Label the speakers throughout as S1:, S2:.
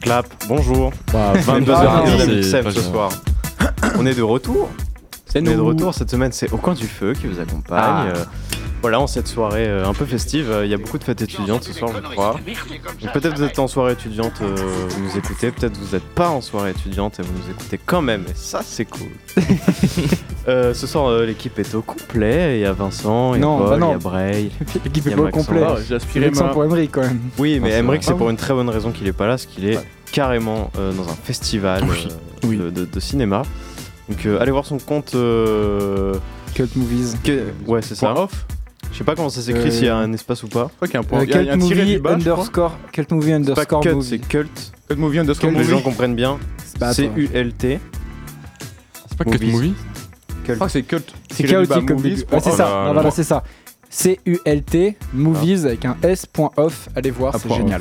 S1: Clap, bonjour.
S2: Bah,
S1: Ah,
S2: 22h15,
S1: Mixem
S2: c'est pas
S1: ce
S2: gênant.
S1: soir. On est de retour.
S2: C'est
S1: On est de
S2: nous.
S1: retour cette semaine, c'est Au coin du feu qui vous accompagne.
S2: Ah.
S1: Euh, voilà, en cette soirée euh, un peu festive, euh, il y a beaucoup de fêtes étudiantes ce soir, je crois. Donc peut-être vous êtes en soirée étudiante, euh, vous nous écoutez, peut-être vous n'êtes pas en soirée étudiante et vous nous écoutez quand même, et ça c'est cool. Euh, ce soir, euh, l'équipe est au complet, il y a Vincent, il y a
S3: Non,
S1: Paul,
S3: bah non.
S1: il y a Bray.
S3: L'équipe
S1: Il y
S3: est
S1: a
S3: pas au
S1: Maxence.
S3: complet.
S1: Ah,
S4: J'ai aspiré
S3: Alexandre
S4: ma...
S3: pour Emery quand même.
S1: Oui, mais
S2: c'est
S1: Emmerich,
S2: vrai.
S1: c'est
S3: Ah
S1: pour une très bonne raison qu'il est pas là, parce qu'il est carrément euh, dans un festival
S2: Oui.
S1: euh,
S3: Oui.
S1: De, de- de cinéma. Donc euh, allez voir son compte. euh,
S3: Cult Movies.
S1: que- Ouais, c'est ça.
S4: off
S1: Je sais pas comment ça s'écrit,
S3: Euh,
S1: s'il y a un espace ou pas.
S4: Je crois qu'il y a un point.
S3: Euh,
S4: il y a- il y a
S3: Cult
S4: un tiré
S3: Movie
S4: du bas, je crois.
S3: underscore. Cult Movie
S1: C'est pas
S3: underscore
S1: cut, c'est
S3: movie.
S1: cult.
S4: Code movie underscore
S1: Que les
S4: movie.
S1: gens comprennent bien.
S3: Bah, attends.
S1: C-U-L-T.
S2: C'est pas Cut
S1: Movies.
S2: Movie
S4: Je crois que c'est cult.
S3: C'est
S4: tiré du bas,
S3: chaotique comme
S4: movies.
S3: début. Ouais, c'est
S4: Oh
S3: ça.
S4: là
S3: Ah,
S4: là.
S3: voilà, c'est ça. C-U-L-T Movies avec un S.off. Allez voir,
S4: Ah,
S3: c'est
S4: point
S3: génial.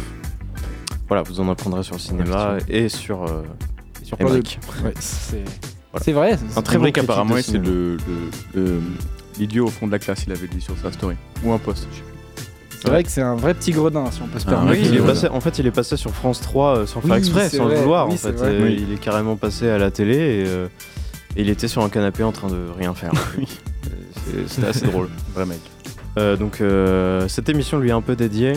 S1: Voilà, vous en apprendrez sur le cinéma et sur. euh,
S3: Sur
S1: plein
S3: de-
S1: d'autres.
S3: Ouais, c'est
S1: Voilà.
S3: c'est vrai.
S1: Un
S3: c'est-
S1: très bon critique
S4: Kubrick,
S1: de
S4: apparemment, c'est
S1: cinéma.
S4: le le- le- l'idiot au fond de la classe, il avait dit sur sa story. Ou un post, je sais plus.
S3: C'est vrai que c'est un vrai petit gredin, si on peut se
S4: Ah,
S3: permettre.
S1: Oui, il est
S4: voilà.
S1: passé, en fait, il est passé sur France 3 euh, sans faire
S3: Oui,
S1: exprès,
S3: c'est
S1: sans le
S3: vrai,
S1: vouloir.
S3: oui,
S1: en
S3: c'est
S1: fait,
S3: vrai.
S1: Euh,
S4: Oui.
S1: il est carrément passé à la télé et euh, il était sur un canapé en train de rien faire. Euh, c'est- C'était assez drôle.
S4: Vrai mec.
S1: Euh, donc euh, cette émission lui est un peu dédiée.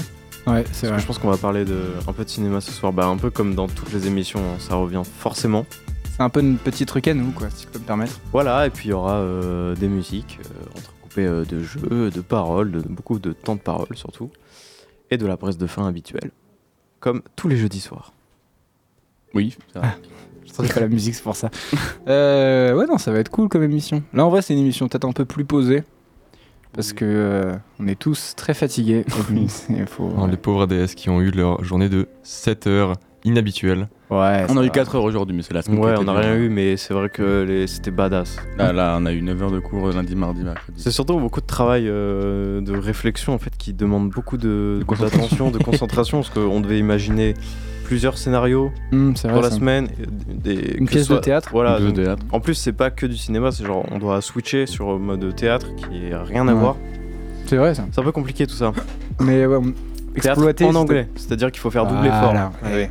S3: Ouais, c'est
S1: Parce
S3: vrai.
S1: que je pense qu'on va parler de, un peu de cinéma ce soir. Bah, un peu comme dans toutes les émissions, hein, ça revient forcément.
S3: C'est un peu une petite truc à nous, quoi, si je peux me permettre.
S1: Voilà, et puis il y aura euh, des musiques euh, entrecoupées euh, de jeux, de paroles, de, beaucoup de temps de parole surtout, et de la presse de fin habituelle, comme tous les jeudis soirs.
S4: Oui, c'est vrai.
S3: Je sentais pas la musique, c'est pour ça. Euh, ouais, non, ça va être cool comme émission. Là, en vrai, c'est une émission peut-être un peu plus posée. Parce que euh, on est tous très fatigués. Il faut-
S2: Non, Hein, Les pauvres ADS qui ont eu leur journée de 7 heures inhabituelle.
S3: Ouais.
S4: On
S3: ça
S4: a eu
S3: va.
S4: 4 heures aujourd'hui, mais c'est la semaine.
S1: Ouais,
S4: qui
S1: on
S4: était
S1: n'a rien
S4: dure.
S1: eu, mais c'est vrai que les- c'était badass.
S4: Là, là, on a eu 9 heures de cours lundi, mardi, mercredi.
S1: C'est surtout beaucoup de travail, euh, de réflexion en fait, qui demande beaucoup de
S4: De concentration.
S1: d'attention, de concentration, parce qu'on devait imaginer plusieurs scénarios
S3: Hum, c'est vrai.
S1: dans la
S3: ça.
S1: semaine. et des-
S3: Une
S1: que
S3: pièce
S1: ce soit-
S3: de théâtre.
S1: Voilà.
S4: Deux
S1: donc,
S4: théâtres.
S1: en plus, c'est pas que du cinéma, c'est genre on doit switcher sur le mode théâtre qui n'a rien à
S3: Ouais.
S1: voir.
S3: C'est vrai ça.
S1: C'est un peu compliqué tout ça.
S3: Mais ouais, on-
S1: Théâtre
S3: exploiter
S1: en
S3: c'était-
S1: anglais, c'est-à-dire qu'il faut faire double
S3: Voilà,
S1: effort.
S3: ouais.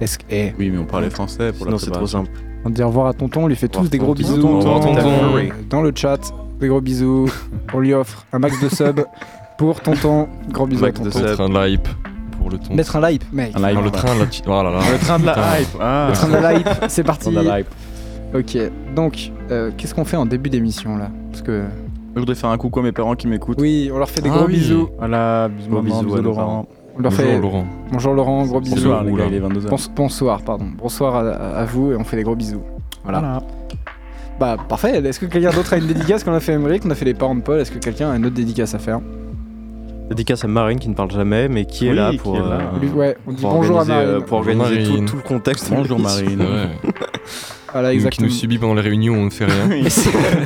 S3: Est-ce que- eh,
S4: Oui, mais on parlait français pour la
S1: Sinon, c'est trop
S4: préparation.
S1: simple.
S3: on dit au revoir à tonton, on lui fait
S1: Au
S3: tous
S1: revoir,
S3: des gros
S1: tonton.
S3: bisous.
S1: Tonton,
S3: Au revoir,
S1: tonton.
S3: tonton.
S1: Oui.
S3: Dans le chat, des gros bisous. on lui offre un max de subs pour tonton. Gros bisous
S1: Max
S3: à
S1: de
S3: tonton.
S1: subs.
S2: Peut-être un hype pour le ton.
S3: Mettre un like, mec.
S4: Un live.
S2: Non, le train, là, tu- oh là là.
S4: Le train de la
S2: Putain.
S4: hype. Ah,
S3: Mettre un like, c'est parti.
S4: train de la hype.
S3: Ok, donc, euh, qu'est-ce qu'on fait en début d'émission là Parce que.
S4: Je voudrais faire un coucou à mes parents qui m'écoutent.
S3: Oui, on leur fait des
S2: Ah
S3: gros
S2: oui.
S3: bisous.
S4: Voilà, bisous,
S1: Gros
S4: maman,
S1: bisous à
S4: bisous
S1: nos
S4: Laurent.
S1: parents.
S3: On leur
S2: Bonjour
S3: fait.
S2: Laurent.
S3: Bonjour Laurent, gros bisous.
S4: Bonsoir hein, les
S2: Oula.
S4: gars, il est 22h.
S3: Bons- bonsoir, pardon. Bonsoir à, à vous et on fait des gros bisous. Voilà. Bah, parfait. Est-ce que quelqu'un d'autre a une dédicace qu'on a fait Emmerich On a fait les parents de Paul. Est-ce que quelqu'un a une autre dédicace à faire
S1: Dédicace à Marine qui ne parle jamais, mais qui est
S4: Oui,
S1: là
S4: qui
S1: pour.
S4: est là.
S1: euh,
S3: Lui- Ouais, on dit
S1: pour
S3: bonjour à
S1: organiser,
S3: Marine.
S1: euh, pour organiser tout,
S2: Marine.
S1: tout le contexte.
S4: Bonjour Marine.
S2: Ouais.
S3: Voilà,
S2: Nous qui
S3: exactement.
S2: nous subit pendant les réunions, on ne fait rien.
S4: Oui.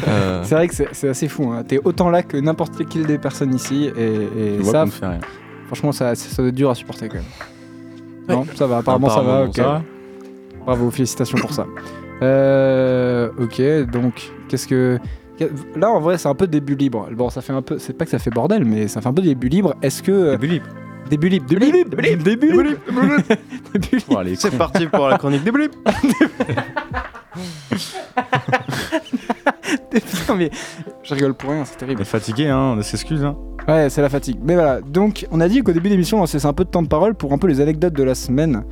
S2: Euh,
S3: C'est vrai que c'est c'est assez fou. Hein. T'es autant là que n'importe quelle des personnes ici. Et,
S4: Je
S3: et
S4: vois
S3: ça,
S4: qu'on ne fait rien.
S3: franchement, ça, ça, doit être dur à supporter quand même. Non, ça va. Apparemment, ça va.
S1: Apparemment,
S3: ok.
S1: ça va.
S3: Bravo, félicitations pour ça. Euh, ok, donc qu'est-ce que là en vrai c'est un peu début libre. Bon, ça fait un peu, c'est pas que ça fait bordel, mais ça fait un peu début libre. Est-ce que euh,
S1: Début libre.
S3: début libre, début libre, début libre, début libre, début libre.
S4: Oh, allez,
S1: C'est parti pour la chronique des blips.
S3: Putain, mais je rigole pour rien, c'est
S4: On
S3: terrible.
S4: est fatigué, hein, on s'excuse. Hein.
S3: Ouais, c'est la fatigue. Mais voilà, donc on a dit qu'au début de l'émission on se laissait un peu de temps de parole pour un peu les anecdotes de la semaine.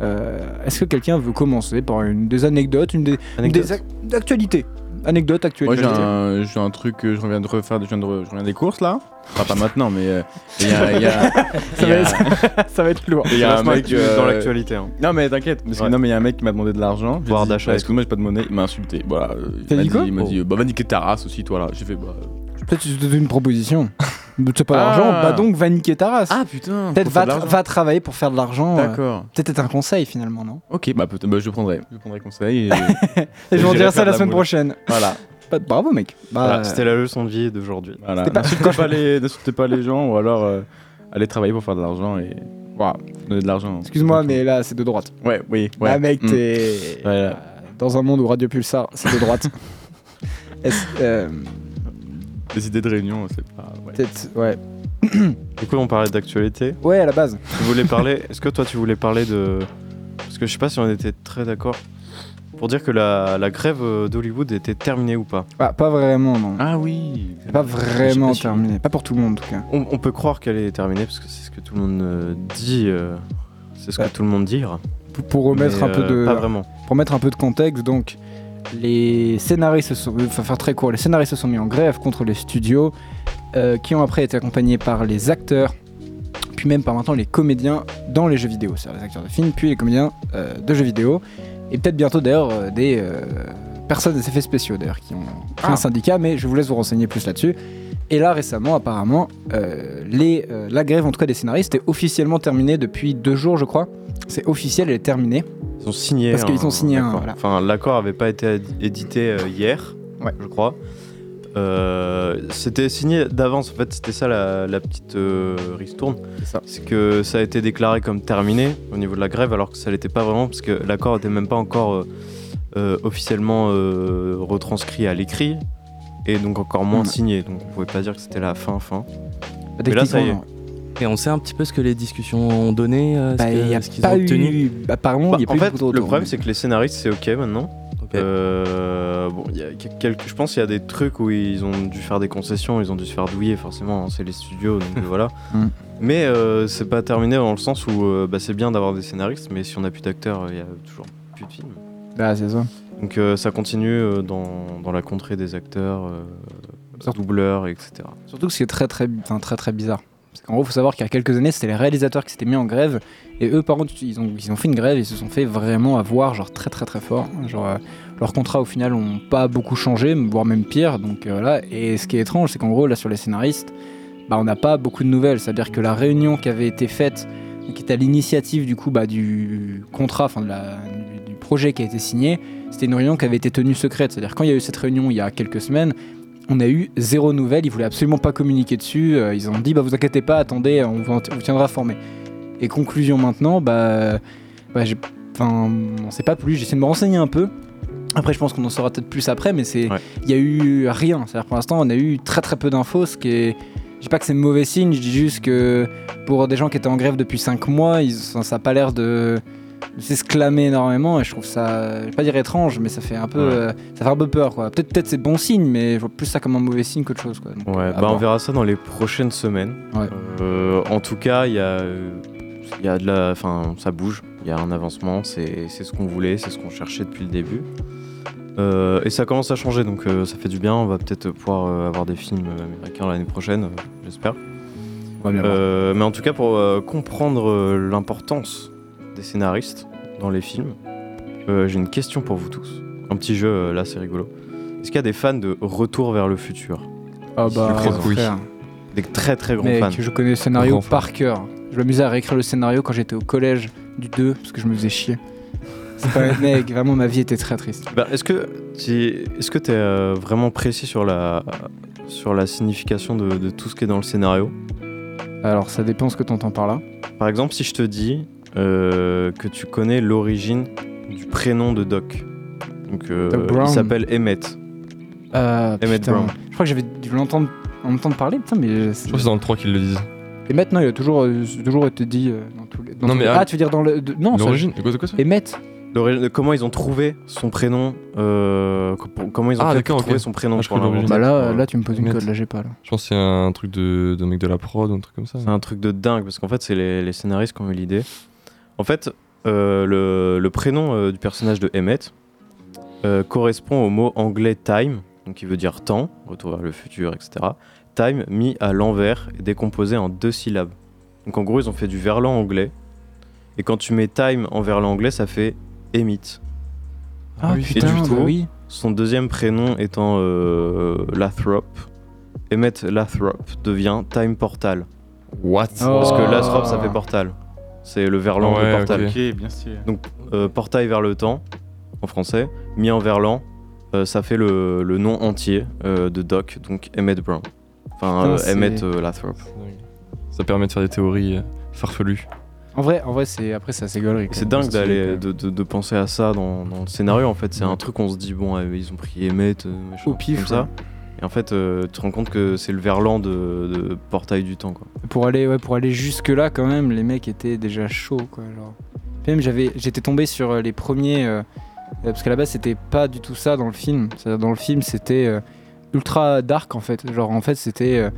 S3: Euh, Est-ce que quelqu'un veut commencer par une des anecdotes, une des,
S1: Anecdote.
S3: des ac- actualités, anecdote actuelle.
S4: Moi j'ai un, j'ai un truc que je reviens de refaire, je, viens de re- je reviens des courses là. Enfin, pas maintenant, mais euh, il y a, il y a-
S3: ça,
S4: il y
S3: va
S4: a-
S3: être, ça va être lourd.
S4: il y a un
S1: Vachement
S4: mec
S1: actu-
S4: euh,
S1: dans l'actualité. hein.
S4: Non mais t'inquiète, parce que
S1: Ouais.
S4: non mais il y a un mec qui m'a demandé de l'argent. J'ai
S1: Pouvoir
S4: dit,
S1: d'achat.
S4: bah, Excuse-moi, j'ai pas demandé. Il m'a insulté. Voilà. euh, il
S3: T'as
S4: m'a
S3: dit quoi
S4: Il m'a
S1: Oh.
S4: dit, euh, bah va niquer ta race aussi, toi là. J'ai fait, bah. euh,
S3: Peut-être que tu te donnes une proposition. Mais T'as pas
S4: Ah.
S3: d'argent, bah donc va niquer ta race.
S4: putain.
S3: Peut-être
S4: pour faire
S3: va,
S4: de l'argent.
S3: va travailler pour faire de l'argent. euh,
S4: D'accord.
S3: Peut-être être un conseil finalement, non
S4: Ok, bah, peut-être- bah, je prendrai. Je prendrai conseil. et-
S3: Et je vous
S4: J'irai
S3: dirai
S4: faire
S3: ça
S4: de
S3: la
S4: la
S3: semaine
S4: moule.
S3: prochaine.
S4: voilà.
S3: Bah, bravo mec. Bah,
S1: Voilà, Ah, C'était la leçon de vie d'aujourd'hui.
S4: voilà.
S3: C'était pas-
S4: N'insultez pas, les- n'insultez pas les gens ou alors euh, allez travailler pour faire de l'argent et. Voilà, donner de l'argent.
S3: Excuse-moi, mais Ah, là c'est de droite.
S4: Ouais, oui. Ouais.
S3: Là mec,
S4: Mm.
S3: t'es
S4: Ouais, là.
S3: euh, dans un monde où Radio Pulsar c'est de droite. Est-ce- euh,
S4: Les idées de réunion, c'est pas. ouais.
S3: Peut-être, ouais.
S1: Du coup, on parlait d'actualité.
S3: Ouais, à la base.
S1: Tu voulais parler. Est-ce que toi, tu voulais parler de. Parce Parce que je sais pas si on était très d'accord pour dire que la, la grève euh, d'Hollywood était terminée ou pas.
S3: Ah, pas vraiment, non.
S4: Ah oui.
S3: C'est pas vraiment
S4: Je sais pas si-
S3: terminé. Pas pour tout le monde, en tout cas.
S1: On, on peut croire qu'elle est terminée parce que c'est ce que tout le monde euh, dit. euh, c'est ce que
S3: Ouais.
S1: tout le monde dit. hein.
S3: Pour, pour remettre
S1: Mais,
S3: un peu
S1: euh,
S3: de.
S1: Pas vraiment.
S3: Pour mettre un peu de contexte, donc les scénaristes se sont, euh, enfin faire très court, les scénaristes se sont mis en grève contre les studios, euh, qui ont après été accompagnés par les acteurs, puis même par maintenant les comédiens dans les jeux vidéo, c'est-à-dire les acteurs de films, puis les comédiens euh, de jeux vidéo, et peut-être bientôt d'ailleurs euh, des euh, personnes des effets spéciaux d'ailleurs qui ont fait un syndicat, mais je vous laisse vous renseigner plus là-dessus. Et là récemment, apparemment, euh, les, euh, la grève en tout cas des scénaristes est officiellement terminée depuis deux jours, je crois. C'est officiel, elle est terminée.
S1: Ils ont signé.
S3: Parce qu'ils
S1: un
S3: ont signé un,
S1: accord.
S3: voilà.
S1: Enfin, l'accord avait pas été éd- édité euh, hier,
S3: Ouais.
S1: je crois. Euh, c'était signé d'avance, en fait, c'était ça la, la petite euh, ristourne.
S4: C'est ça.
S1: C'est que ça a été déclaré comme terminé au niveau de la grève, alors que ça l'était pas vraiment, parce que l'accord n'était même pas encore euh, euh, officiellement euh, retranscrit à l'écrit, et donc encore moins
S3: Mm.
S1: signé. Donc on pouvait pas dire que c'était la fin, fin.
S3: Mais
S1: là, ça y est.
S5: Et on sait un petit peu ce que les discussions ont donné, euh, ce
S3: Bah,
S5: que-
S3: il y a
S5: ce qu'ils
S3: pas
S5: ont obtenu.
S3: eu. Apparemment,
S1: Bah,
S3: il y a pas
S1: en
S3: eu
S1: fait,
S3: beaucoup de
S1: le
S3: retours.
S1: problème, c'est que les scénaristes, c'est ok maintenant.
S5: Ok.
S1: Euh, bon, il y a quel- quelques- je pense qu'il y a des trucs où ils ont dû faire des concessions, ils ont dû se faire douiller forcément, hein, c'est les studios, donc voilà.
S3: Mm.
S1: Mais euh, c'est pas terminé dans le sens où euh, bah, c'est bien d'avoir des scénaristes, mais si on n'a plus d'acteurs, il y a toujours plus de films.
S3: Ah, c'est ça.
S1: Donc euh, ça continue euh, dans, dans la contrée des acteurs, euh,
S3: Surtout-
S1: doubleurs, etc.
S3: Surtout que c'est très très, enfin, très très bizarre. Parce qu'en gros, faut savoir qu'il y a quelques années, c'était les réalisateurs qui s'étaient mis en grève. Et eux, par contre, ils ont, ils ont fait une grève, ils se sont fait vraiment avoir, genre très très très fort. Genre, euh, leurs contrats au final ont pas beaucoup changé, voire même pire. Donc euh, voilà. Et ce qui est étrange, c'est qu'en gros, là sur les scénaristes, bah, on n'a pas beaucoup de nouvelles. C'est-à-dire que la réunion qui avait été faite, qui était à l'initiative du coup bah, du contrat, enfin de la- du, du projet qui a été signé, c'était une réunion qui avait été tenue secrète. C'est-à-dire quand il y a eu cette réunion il y a quelques semaines, on a eu zéro nouvelle. Ils voulaient absolument pas communiquer dessus. euh, ils ont dit bah vous inquiétez pas, attendez, on vous, on vous tiendra formé. Et conclusion maintenant, bah, bah, j'ai- enfin, on sait pas plus. J'essaie de me renseigner un peu. Après, je pense qu'on en saura peut-être plus après, mais c'est, il
S1: Ouais.
S3: y a eu rien. C'est-à-dire pour l'instant, on a eu très très peu d'infos, ce qui est je dis pas que c'est mauvais signe, je dis juste que pour des gens qui étaient en grève depuis 5 mois, ils, ça n'a pas l'air de, de s'exclamer énormément et je trouve ça, je vais pas dire étrange, mais ça fait un peu,
S1: Ouais.
S3: euh, ça fait un peu peur quoi. Peut-être peut-être c'est bon signe, mais je vois plus ça comme un mauvais signe qu'autre chose quoi. Donc,
S1: Ouais,
S3: à
S1: bah on
S3: voir.
S1: verra ça dans les prochaines semaines.
S3: Ouais.
S1: Euh, en tout cas, il y a, euh, il y a de la, enfin, ça bouge. Il y a un avancement. C'est, c'est ce qu'on voulait, c'est ce qu'on cherchait depuis le début. Euh, et ça commence à changer, donc euh, ça fait du bien. On va peut-être pouvoir euh, avoir des films américains l'année prochaine, euh, j'espère.
S4: On va bien voir.
S1: Euh, mais en tout cas, pour euh, comprendre euh, l'importance des scénaristes dans les films, euh, j'ai une question pour vous tous. Un petit jeu, euh, là, c'est rigolo. Est-ce qu'il y a des fans de Retour vers le futur
S3: Ah
S1: bah,
S3: bah,
S2: je crois que euh, oui.
S3: frère,
S1: Des très très grands
S3: mec,
S1: fans.
S3: je connais le scénario
S2: Grand fan.
S3: par cœur. Je m'amusais à réécrire le scénario quand j'étais au collège du 2 parce que je me faisais chier. C'est pas mec, vraiment ma vie était très triste.
S1: Bah, est-ce que tu est-ce que t'es euh, vraiment précis sur la sur la signification de, de tout ce qui est dans le scénario
S3: Alors ça dépend ce que t'entends par là.
S1: Par exemple, si je te dis euh, que tu connais l'origine du prénom de Doc, donc euh,
S3: Doc Brown.
S1: il s'appelle Emmett.
S3: Euh,
S1: Emmett
S3: putain,
S1: Brown.
S3: Je crois que j'avais dû l'entendre en entendre parler, putain, mais.
S2: Je crois que c'est dans le 3 qu'ils le disent.
S3: Et maintenant, il a toujours, euh, c'est toujours été dit euh, dans tous les. dans
S2: Non,
S3: tous
S2: mais,
S3: les-
S2: ah,
S3: ah, tu veux dire dans le. de- Non, ça.
S2: L'origine, c'est quoi, c'est quoi ça
S3: Et mettre.
S1: L'origine- de Comment ils ont trouvé son prénom euh, com- Comment ils ont
S2: Ah,
S1: fait pour
S2: d'accord, ok.
S1: trouver son prénom
S2: Ah, je
S1: pour
S2: connais
S1: l'inventer.
S3: Bah là,
S1: Euh,
S3: là, tu me poses une
S2: Emmett.
S3: code, là, j'ai pas là.
S2: Je pense que c'est un truc de, de mec de la prod ou un truc comme ça.
S1: C'est un truc de dingue parce qu'en fait, c'est les, les scénaristes qui ont eu l'idée. En fait, euh, le, le prénom euh, du personnage de Emmett euh, correspond au mot anglais time, donc qui veut dire temps, retour vers le futur, etc. Time mis à l'envers et décomposé en deux syllabes. Donc en gros, ils ont fait du verlan anglais. Et quand tu mets time en verlan anglais, ça fait Emmett.
S3: Ah,
S2: oui,
S3: putain,
S1: et du
S3: bah
S1: coup-
S3: oui.
S1: Son deuxième prénom étant euh, Lathrop. Emmett Lathrop devient Time Portal.
S2: What
S1: Parce que
S3: Oh.
S1: l'Astrop ça fait portal. C'est le verlan
S2: Ouais,
S1: de portal.
S2: ok.
S4: Ok, bien stylé.
S1: Euh, portail vers le temps, en français, mis en verlan, euh, ça fait le, le nom entier euh, de Doc, donc Emmett Brown. Enfin,
S3: Putain,
S1: euh,
S3: c'est-
S1: Emmett euh, Lathrop.
S2: C'est dingue. Ça permet de faire des théories euh, farfelues.
S3: En vrai, en vrai c'est... après, c'est assez gaulerie.
S1: Et
S3: quoi.
S1: C'est dingue
S3: Stylé, quand
S1: d'aller euh,
S3: même.
S1: de, de- de penser à ça dans, dans le scénario en fait. C'est un truc on se dit bon euh, ils ont pris Emmett, euh, machin,
S3: Au pif,
S1: comme ça.
S3: ouais.
S1: Et en fait euh, tu te rends compte que c'est le verlan de, de portail du temps quoi.
S3: Pour aller, ouais, pour aller jusque-là, quand même, les mecs étaient déjà chauds, quoi. Genre. Puis même j'avais, j'étais tombé sur euh, les premiers, euh, euh, parce qu'à la base c'était pas du tout ça dans le film. C'est-à-dire dans le film c'était euh, ultra dark en fait. Genre en fait c'était euh,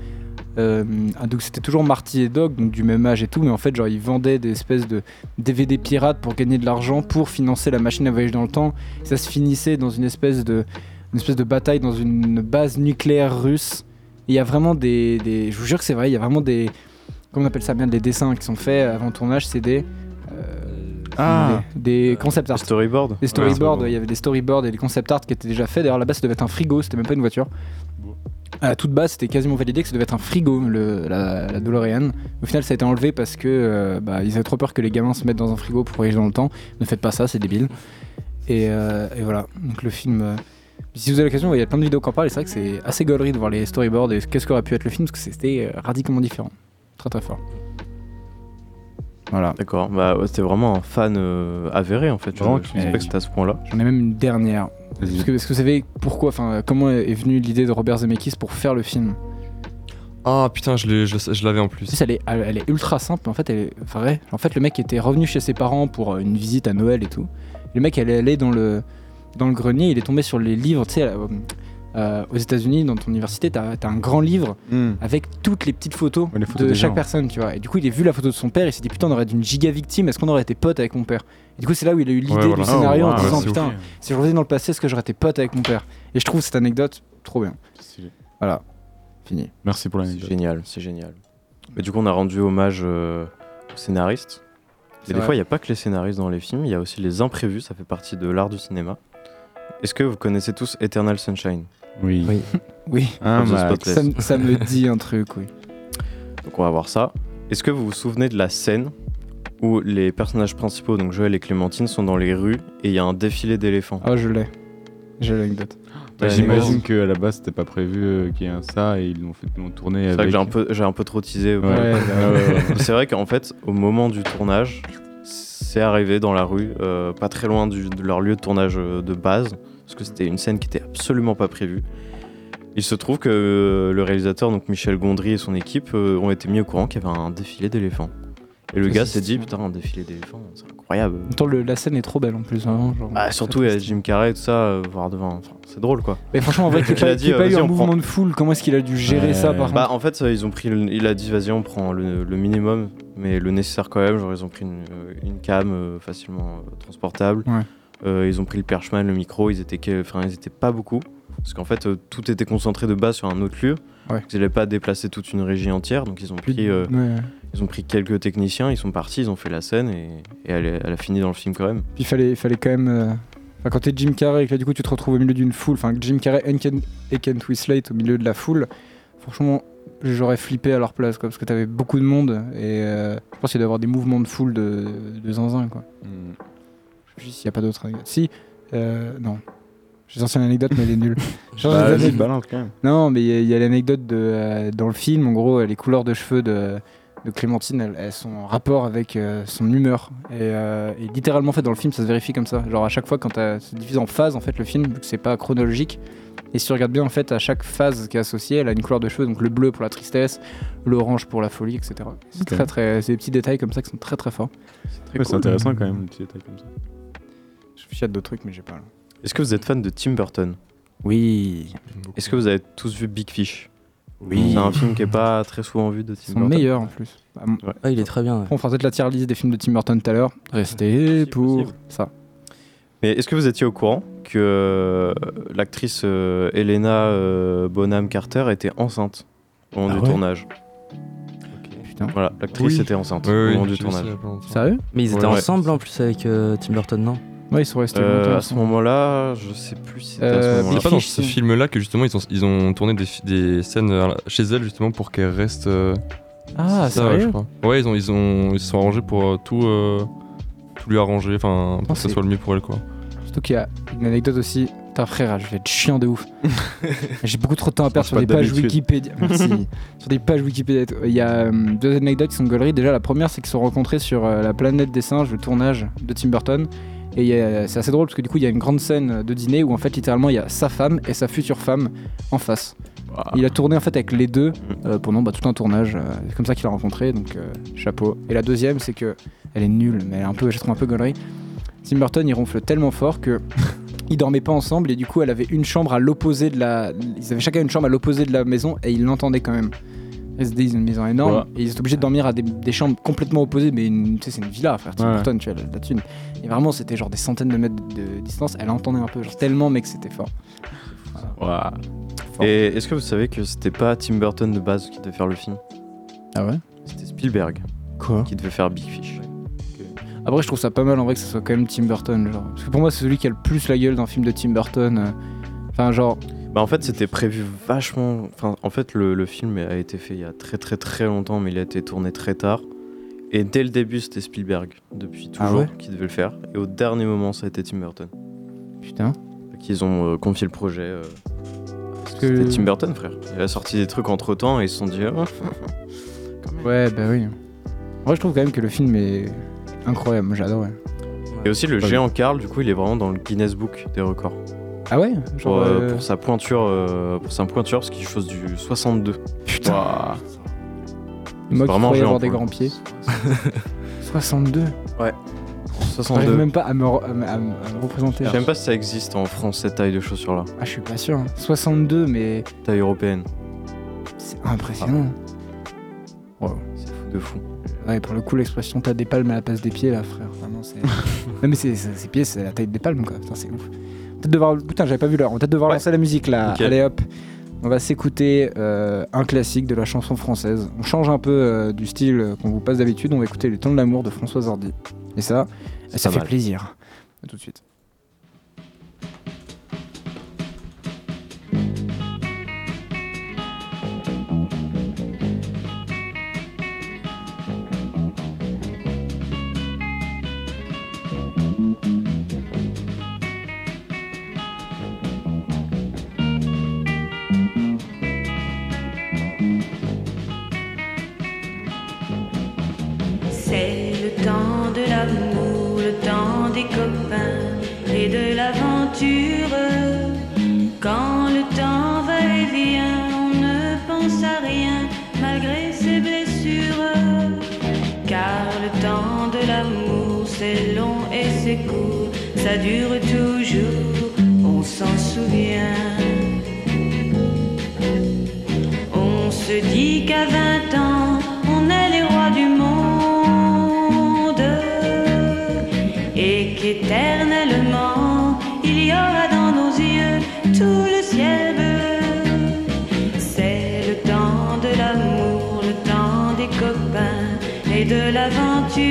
S3: euh, ah, donc c'était toujours Marty et Dog, donc du même âge et tout, mais en fait genre ils vendaient des espèces de DVD pirates pour gagner de l'argent pour financer la machine à voyager dans le temps. Ça se finissait dans une espèce de une espèce de bataille dans une base nucléaire russe. Et Il y a vraiment des, des- je vous jure que c'est vrai, il y a vraiment des comment on appelle ça bien des dessins qui sont faits avant le tournage, c'est des euh,
S4: Ah.
S3: des, des concept art.
S1: Storyboard
S3: Des storyboards,
S2: Ouais, c'est
S3: il y avait des storyboards et des concept art qui étaient déjà faits. D'ailleurs, là-bas, ça devait être un frigo, c'était même pas une voiture. À toute base, c'était quasiment validé que ça devait être un frigo, le, la, la DeLorean. Au final, ça a été enlevé parce que euh, bah, ils avaient trop peur que les gamins se mettent dans un frigo pour voyager dans le temps. Ne faites pas ça, c'est débile. Et, euh, et voilà, donc le film. euh, si vous avez l'occasion, il y a plein de vidéos qui en parlent. et C'est vrai que c'est assez gaulerie de voir les storyboards et qu'est-ce qu'aurait pu être le film parce que c'était euh, radicalement différent. Très très fort. Voilà.
S1: D'accord, bah ouais, c'était vraiment un fan euh, avéré en fait. Je,
S4: Vraiment,
S1: je pensais pas que c'était à ce point-là.
S3: J'en ai même une dernière.
S2: Vas-y.
S3: Parce que, est-ce que vous savez pourquoi, enfin, euh, comment est venue l'idée de Robert Zemeckis pour faire le film
S2: Ah putain, je l'ai- je le- je l'avais en
S3: Tu
S2: plus.
S3: sais, elle est, elle, elle est ultra simple, mais en fait, elle est vraie. En fait, le mec était revenu chez ses parents pour euh, une visite à Noël et tout. Le mec, elle est allé dans le, dans le grenier, il est tombé sur les livres, tu sais, euh, euh, aux États-Unis, dans ton université, t'as as un grand livre
S4: Oh,
S3: avec toutes les petites photos,
S4: Ouais, les photos
S3: de
S4: des
S3: chaque
S4: gens.
S3: personne, tu vois. Et du coup, il a vu la photo de son père, il s'est dit putain, on aurait été une giga victime, est-ce qu'on aurait été pote avec mon père Et du coup, c'est là où il a eu l'idée
S2: Ouais,
S3: du
S2: voilà.
S4: Oh,
S3: scénario en
S4: wow,
S3: disant
S2: c'est
S3: putain,
S4: ouf.
S3: si je revenais dans le passé, est-ce que j'aurais été pote avec mon père Et je trouve cette anecdote trop bien.
S4: Stylé.
S3: Voilà, fini.
S4: Merci pour
S1: C'est
S4: l'anecdote.
S1: génial, c'est génial. Mais du coup, on a rendu hommage euh, aux scénaristes.
S3: C'est
S1: Et des
S3: vrai.
S1: fois, il n'y a pas que les scénaristes dans les films, il y a aussi les imprévus, ça fait partie de l'art du cinéma. Est-ce que vous connaissez tous Eternal Sunshine
S4: Oui.
S5: Oui.
S3: Oui,
S4: Un
S1: Of the
S4: Max.
S1: Spotless.
S3: ça, me- ça me dit un truc, oui.
S1: Donc on va voir ça. Est-ce que vous vous souvenez de la scène où les personnages principaux, donc Joël et Clémentine, sont dans les rues et il y a un défilé d'éléphants
S3: Ah, je l'ai. J'ai l'anecdote.
S4: Bah,
S1: T'as
S4: J'imagine qu'à la base, c'était pas prévu euh, qu'il y ait un ça et ils l'ont fait ils l'ont tourné
S1: C'est
S4: avec.
S1: vrai que j'ai un peu, j'ai un peu trop teasé.
S4: Ouais, ouais, ouais, ouais.
S1: C'est vrai qu'en fait, au moment du tournage, c'est arrivé dans la rue, euh, pas très loin du- de leur lieu de tournage euh, de base, parce que c'était une scène qui était absolument pas prévue. Il se trouve que euh, le réalisateur, donc Michel Gondry et son équipe, euh, ont été mis au courant qu'il y avait un défilé d'éléphants. Et le
S3: Ça,
S1: gars
S3: c'est
S1: s'est dit,
S3: stylé.
S1: putain, un défilé d'éléphants, c'est incroyable.
S3: Pourtant, le- la scène est trop belle en plus. vraiment, genre,
S1: Ah,
S3: très,
S1: surtout
S3: très
S1: il y a
S3: stylé.
S1: Jim Carrey et tout ça, euh, voir devant. Enfin, c'est drôle quoi.
S3: Mais franchement, en vrai, qu'il n'y
S1: Il a
S3: ait pas,
S1: dit,
S3: qu'il y ait pas
S1: euh,
S3: eu
S1: vas-y,
S3: un
S1: on
S3: mouvement
S1: prend.
S3: de foule, comment est-ce qu'il a dû gérer
S4: Ouais.
S3: ça par
S1: Bah en fait, euh, ils ont pris. le- il a dit vas-y, on prend le, le minimum, mais le nécessaire quand même. Genre ils ont pris une, euh, une cam euh, facilement euh, transportable.
S3: Ouais.
S1: Euh, ils ont pris le perchman, le micro. Ils étaient, que- enfin ils étaient pas beaucoup parce qu'en fait euh, tout était concentré de base sur un autre lieu.
S3: Ouais. Mm.
S1: Ils n'allaient pas déplacer toute une régie entière, donc ils ont
S3: contre
S1: pris. euh, ils ont pris quelques techniciens. Ils sont partis. Ils ont fait la scène et, et elle, est- elle a fini dans le film quand même.
S3: Puis il fallait, il fallait quand même. euh, enfin, quand t'es Jim Carrey et que là, du coup, tu te retrouves au milieu d'une foule, enfin, Jim Carrey et Ken, et Ken Twislate au milieu de la foule, franchement, j'aurais flippé à leur place, quoi, parce que t'avais beaucoup de monde et euh, je pense qu'il doit y avoir des mouvements de foule de, de zinzin, quoi.
S4: Mm.
S3: Je sais s'il n'y a pas d'autres anecdotes. Si, euh, non. J'ai sorti une anecdote, mais elle est nulle. Genre,
S4: Bah,
S3: les
S4: vas-y,
S3: anecdotes-
S4: balance quand même.
S3: Non, mais il y a- il y a, l'anecdote de, euh, dans le film, en gros, euh, les couleurs de cheveux de, de Clémentine, elles, elles sont en rapport avec euh, son humeur. Et, euh, et littéralement, en fait, dans le film, ça se vérifie comme ça. Genre, à chaque fois, quand t'as- c'est divisé en phases, en fait, le film, vu que c'est pas chronologique. Et si tu regardes bien, en fait, à chaque phase qui est associée, elle a une couleur de cheveux, donc le bleu pour la tristesse, l'orange pour la folie, etc. C'est
S4: Ok.
S3: très, très, c'est des petits détails comme ça qui sont très très forts.
S4: Ouais, C'est intéressant quand même, le petit détail comme ça.
S3: Je suis fier de d'autres trucs, mais j'ai pas. là.
S1: Est-ce que vous êtes fan de Tim Burton
S3: Oui,
S1: Est-ce que vous avez tous vu Big Fish
S5: Oui.
S1: C'est un film qui est pas très souvent vu de Tim
S3: ils sont
S1: Burton.
S3: meilleurs en plus. Ah, bon.
S5: Ah, il est très bien. ouais.
S3: On fera peut-être la tier list des films de Tim Burton tout à l'heure. Restez
S1: Possible,
S3: pour
S1: possible.
S3: ça.
S1: Mais est-ce que vous étiez au courant que euh, l'actrice euh, Elena euh, Bonham Carter était enceinte au moment
S5: Ah
S1: du
S5: ouais
S1: tournage
S3: Putain.
S1: Voilà, l'actrice
S2: Oui.
S1: était enceinte
S2: Ouais,
S1: au
S2: ouais,
S1: moment
S2: j'ai
S1: du
S2: vu ça il y
S1: tournage.
S2: a pas longtemps.
S3: Sérieux
S5: Mais ils étaient
S1: Ouais.
S5: ensemble en plus avec euh, Tim Burton, non
S3: Ouais, ils sont restés
S1: Euh,
S3: longtemps.
S1: à ce moment-là, je sais plus si c'était à
S3: Euh,
S1: ce
S2: C'est
S1: moment-là.
S2: pas dans
S3: Fish,
S2: ce
S3: si.
S2: film-là que justement ils ont, ils ont tourné des, fi- des scènes euh, chez elle justement pour qu'elle reste. euh,
S3: Ah,
S2: c'est ça, ouais, je
S3: sérieux
S2: crois. Ouais, ils ont, ils ont, ils se sont arrangés pour euh, tout, euh, tout lui arranger, enfin pour que ça
S3: c'est-
S2: soit le mieux pour elle quoi.
S3: Surtout qu'il y a une anecdote aussi. Putain, frère, je vais être chiant de ouf. J'ai beaucoup trop de temps à perdre sur
S1: pas
S3: des pages
S1: d'habitude.
S3: Wikipédia. Merci. sur des pages Wikipédia. et tout. Il y a euh, deux anecdotes qui sont gauleries. Déjà, la première, c'est qu'ils se sont rencontrés sur euh, la planète des singes, le tournage de Tim Burton. Et il y a- c'est assez drôle parce que du coup, il y a une grande scène de dîner où en fait, littéralement, il y a sa femme et sa future femme en face.
S2: Ah,
S3: Il a tourné en fait avec les deux euh, pendant bah, tout un tournage. euh, c'est comme ça qu'il a rencontré, donc euh, chapeau. Et la deuxième, c'est que elle est nulle, mais elle est un peu, je la trouve un peu gaulerie. Tim Burton, il ronfle tellement fort que ils dormaient pas ensemble et du coup, elle avait une chambre à l'opposé de la. Ils avaient chacun une chambre à l'opposé de la maison et ils l'entendaient quand même. SD, ils ont une maison énorme
S4: Voilà.
S3: et ils étaient obligés de dormir à des, des chambres complètement opposées, mais une- tu sais, c'est une villa, frère. Tim
S4: Ouais.
S3: Burton, tu vois, la, la thune. Et vraiment, c'était genre des centaines de mètres de distance. Elle entendait un peu, genre tellement, mec, c'était fort.
S4: Ouah.
S1: Et est-ce que vous savez que c'était pas Tim Burton de base qui devait faire le film
S3: Ah ouais
S1: C'était Spielberg
S3: Quoi
S1: qui devait faire Big Fish.
S3: Après, je trouve ça pas mal en vrai que ce soit quand même Tim Burton. Genre. Parce que pour moi, c'est celui qui a le plus la gueule d'un film de Tim Burton. euh. Enfin, genre,
S1: Bah en fait c'était prévu vachement. Enfin en fait le, le film a été fait il y a très très très longtemps mais il a été tourné très tard. Et dès le début c'était Spielberg depuis
S3: Ah
S1: toujours qui devait le faire. Et au dernier moment ça a été Tim Burton.
S3: putain.
S1: Qu'ils ont euh, confié le projet. euh,
S3: Parce
S1: C'était
S3: que...
S1: Tim Burton frère. Il a sorti des trucs entre temps et ils se sont dit. Ah,
S3: Ouais, bah oui. En vrai, je trouve quand même que le film est incroyable. Moi, J'adore. ouais.
S1: Et aussi le
S2: Pas
S1: géant Carl du coup il est vraiment dans le Guinness Book des records.
S3: Ah ouais
S1: Pour,
S3: Genre.
S1: euh,
S3: euh,
S1: pour sa pointure euh, pour sa pointure parce qu'il chose du 62.
S3: Putain.
S4: Ouah.
S3: Moi qui
S1: vraiment
S3: croyais
S1: géant
S3: avoir des
S1: pour le
S3: grands
S1: coup.
S3: pieds. 62. J'arrive
S1: 62.
S3: même pas à me, re- à me- à me- à me représenter.
S1: Je sais même pas si ça existe en France cette taille de chaussure là.
S3: Ah, je suis pas sûr. hein. 62, mais
S1: Taille européenne.
S3: c'est impressionnant.
S1: C'est fou de fou.
S3: Ouais, pour le coup, l'expression t'as des palmes à la place des pieds, là, frère. Vraiment, c'est. non, mais c'est, c'est- ses pieds, c'est la taille des palmes, quoi. Putain, c'est ouf. Peut-être devoir. Putain, j'avais pas vu l'heure. On va peut-être devoir
S1: Ouais.
S3: lancer la musique, là.
S1: Nickel.
S3: Allez, hop. On va s'écouter euh, un classique de la chanson française. On change un peu euh, du style euh, qu'on vous passe d'habitude. On va écouter Le temps de l'amour de François Zordi. Et ça,
S1: C'est
S3: ça
S1: pas
S3: fait
S1: mal.
S3: plaisir. À tout de suite.
S6: C'est le temps de l'amour, le temps des copains et de l'aventure. Quand le temps va et vient, on ne pense à rien malgré ses blessures. Car le temps de l'amour, c'est long et c'est court, ça dure toujours, on s'en souvient. On se dit qu'à 20 ans, on est les rois du monde et qu'éternellement, il y aura dans nos yeux tout le ciel bleu. C'est le temps de l'amour, le temps des copains et de l'aventure.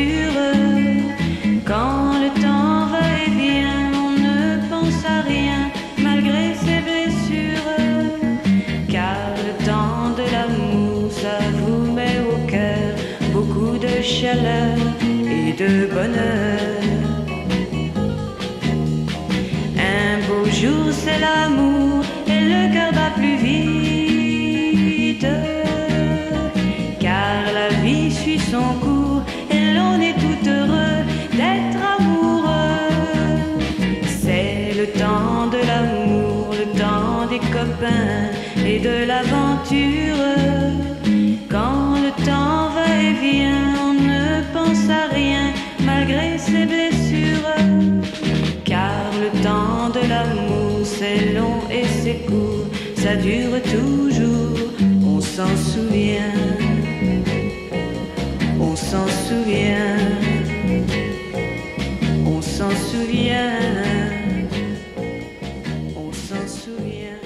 S6: Quand le temps va et vient, on ne pense à rien malgré ses blessures. Car le temps de l'amour, ça vous met au cœur beaucoup de chaleur et de bonheur. Un beau jour, c'est l'amour et le cœur bat plus vite. Car la vie suit son cours et l'on est tout heureux d'être amoureux. C'est le temps de l'amour, le temps des copains et de l'aventure. Quand le temps va et vient, on ne pense à rien malgré ses blessures. Car le temps de l'amour, c'est long et c'est court, ça dure toujours, on s'en souvient. On s'en souvient. On s'en souvient. On s'en souvient.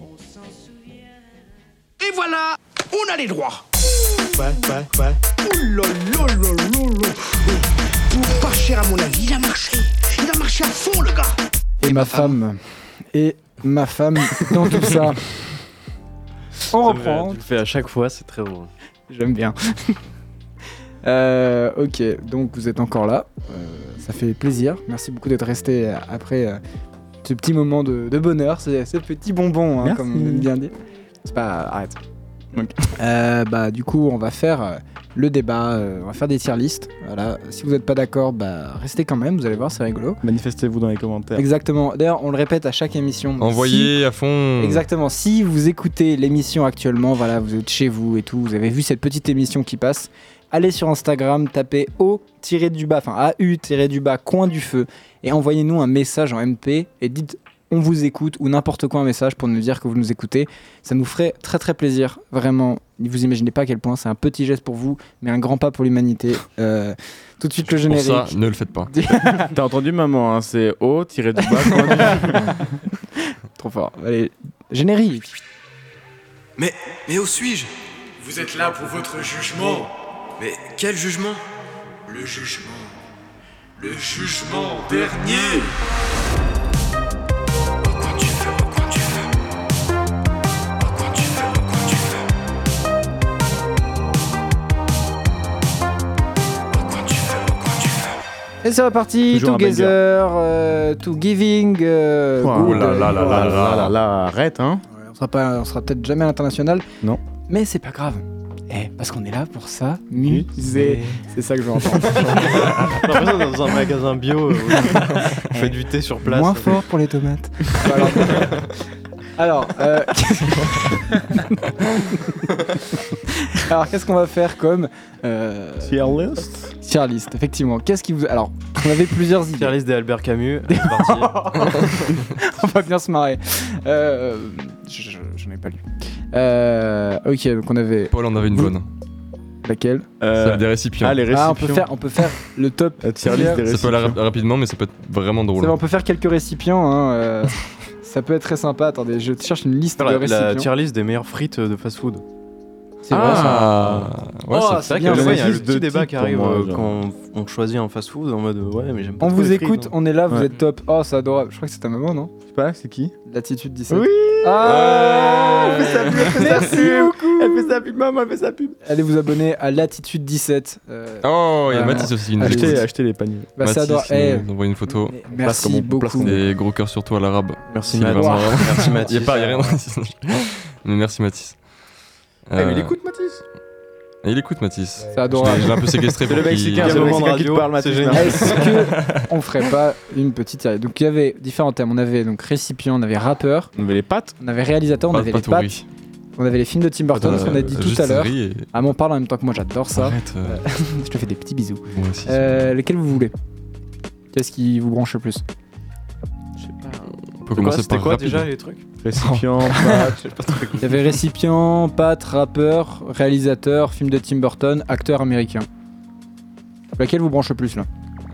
S6: On s'en souvient.
S7: Et voilà, on a les droits. Ouais, ouais, ouais. Ouh là là là là là. Oh, Pour pas cher à mon avis, il a marché. Il a marché à fond, le gars.
S3: Et ma femme. Et ma femme dans tout ça. On reprend.
S1: Tu le fais à chaque fois, c'est très drôle.
S3: J'aime bien. Euh, ok, donc vous êtes encore là. Euh, ça fait plaisir. Merci beaucoup d'être resté euh, après euh, ce petit moment de, de bonheur, ce, ce petit bonbon, hein,
S5: Merci.
S3: comme on aime bien dire. C'est pas. Arrête. Euh, bah, du coup, on va faire euh, le débat, euh, on va faire des tier lists. Voilà. Si vous n'êtes pas d'accord, bah, restez quand même, vous allez voir, c'est rigolo.
S4: Manifestez-vous dans les commentaires.
S3: Exactement. D'ailleurs, on le répète à chaque émission. Si-
S2: Envoyez à fond.
S3: Exactement. Si vous écoutez l'émission actuellement, voilà, vous êtes chez vous et tout, vous avez vu cette petite émission qui passe, allez sur Instagram, tapez au tiré du bas, enfin AU tiré du bas, coin du feu, et envoyez-nous un message en MP et dites on vous écoute ou n'importe quoi un message pour nous dire que vous nous écoutez. Ça nous ferait très très plaisir, vraiment. Vous imaginez pas à quel point c'est un petit geste pour vous, mais un grand pas pour l'humanité. Euh, tout de suite le
S2: Pour
S3: générique.
S2: ça, ne le faites pas.
S4: T'as entendu maman, hein, c'est haut, tiré du bas. quoi.
S3: Trop fort. Allez, générique.
S8: Mais, mais où suis-je Vous êtes là pour votre jugement. Mais quel jugement Le jugement. Le jugement dernier. Au coin du feu, au coin du feu. Au coin du feu, au coin du feu. Au coin du feu, au coin du feu.
S3: Et c'est reparti,
S4: Toujours un
S3: Together, euh, To Giving. euh,
S4: Oh
S3: good,
S4: là là là là
S3: euh,
S4: là là là là, arrête hein.
S3: On sera, pas- on sera peut-être jamais à l'international.
S4: Non.
S3: Mais c'est pas grave. Eh, parce qu'on est là pour ça. Musée.
S4: C'est ça que je veux entendre.
S1: J'ai l'impression d'être dans un magasin bio, euh, où on fait du thé sur place.
S3: Moins fort pour les tomates. Voilà. Alors, euh, alors qu'est-ce qu'on va faire comme euh, tier list Effectivement, qu'est-ce qui vous alors on avait plusieurs idées.
S1: Tier list des Albert Camus. euh, c'est parti.
S3: on va bien se marrer. Euh, je, je- j'en ai pas lu. Euh, ok, donc on avait
S2: Paul en avait une bonne.
S3: laquelle
S2: Ça a des récipients.
S4: ah, les récipients.
S3: Ah, on peut faire, on peut faire le top.
S4: La tier
S2: Ça
S4: list des
S2: peut aller
S4: récipients.
S2: rap- rapidement, mais ça peut être vraiment
S3: Ça
S2: drôle.
S3: va, on peut faire quelques récipients. hein, euh, ça peut être très sympa. Attendez, je cherche une liste
S1: Faire
S3: de
S1: la, la
S3: récipients.
S1: tier list des meilleures frites euh, de fast food.
S3: C'est vrai, ça.
S2: Ah. Ouais,
S3: Oh,
S2: ça-
S3: c'est
S1: C'est vrai
S3: bien,
S1: que
S3: ça
S1: ouais, il y a le
S4: existe
S1: petit
S4: deux
S1: débat
S4: types
S1: qui
S4: pour
S1: arrive
S4: moi,
S1: euh,
S4: genre.
S1: quand on on choisit un fast food en mode euh, ouais, mais j'aime pas
S3: On
S1: trop
S3: vous
S1: les frites,
S3: écoute,
S1: hein.
S3: on est là, vous
S4: Ouais.
S3: êtes top. Oh, c'est adorable. Je crois que c'est ta maman, non
S4: Je sais pas, c'est qui
S3: L'attitude 17.
S4: Oui
S3: Ah
S4: Elle fait sa pub, elle fait sa
S3: Merci
S4: pub.
S3: beaucoup
S4: Elle fait sa pub, maman, elle fait sa pub.
S3: Allez vous abonner à Latitude 17. euh,
S2: Oh, il y a
S3: Voilà.
S2: Mathis aussi qui nous écoute.
S4: Achetez, achetez les paniers.
S3: bah, c'est
S2: Mathis
S3: adorable.
S2: nous-
S3: Eh,
S2: nous envoie une photo.
S3: mais-
S4: place
S3: merci
S4: comme on- place
S3: beaucoup.
S4: comme
S2: Des gros cœurs sur toi à l'arabe.
S1: Merci
S2: Il est
S1: Mathis.
S2: vraiment-
S1: Merci
S2: Il
S1: Mathis.
S2: n'y a pas, il y a rien. Mais merci Mathis.
S4: Eh, mais
S2: Euh,
S4: il écoute Mathis.
S2: et il écoute Mathis.
S3: C'est
S2: Je l'ai je
S3: adorable.
S2: l'ai un peu séquestré
S1: C'est
S2: pour
S1: le
S2: qu'il-
S1: Mexicain,
S4: Il y a
S1: c'est
S4: le
S1: le moment de
S4: Mexicain qui te
S1: radio.
S4: parle, Mathis,
S1: C'est génial.
S4: là.
S3: Est-ce que on ferait pas une petite série Donc il y avait différents thèmes. On avait donc récipient, on avait rappeur,
S4: On avait les pattes.
S3: on avait réalisateur, on
S2: Pas-
S3: avait
S2: pas
S3: les
S2: tout
S3: pattes,
S2: riz.
S3: on avait les films de Tim Burton,
S2: Attends,
S3: ce qu'on a
S2: euh,
S3: dit tout
S2: juste
S3: à l'heure.
S2: riz et-
S3: Ah, mais on parle en même temps que moi, j'adore ça.
S2: Arrête. euh,
S3: Je te fais des petits bisous.
S2: moi aussi,
S3: Euh, lequel vous voulez Qu'est-ce qui vous branche le plus
S2: On peut
S1: C'est quoi,
S2: commencer
S1: C'était
S2: par
S1: quoi
S2: rapide.
S1: déjà les trucs
S4: Récipients,
S3: Oh, Il y avait récipient, pâte, rappeur, réalisateur, film de Tim Burton, acteur américain. Laquelle vous branche le plus là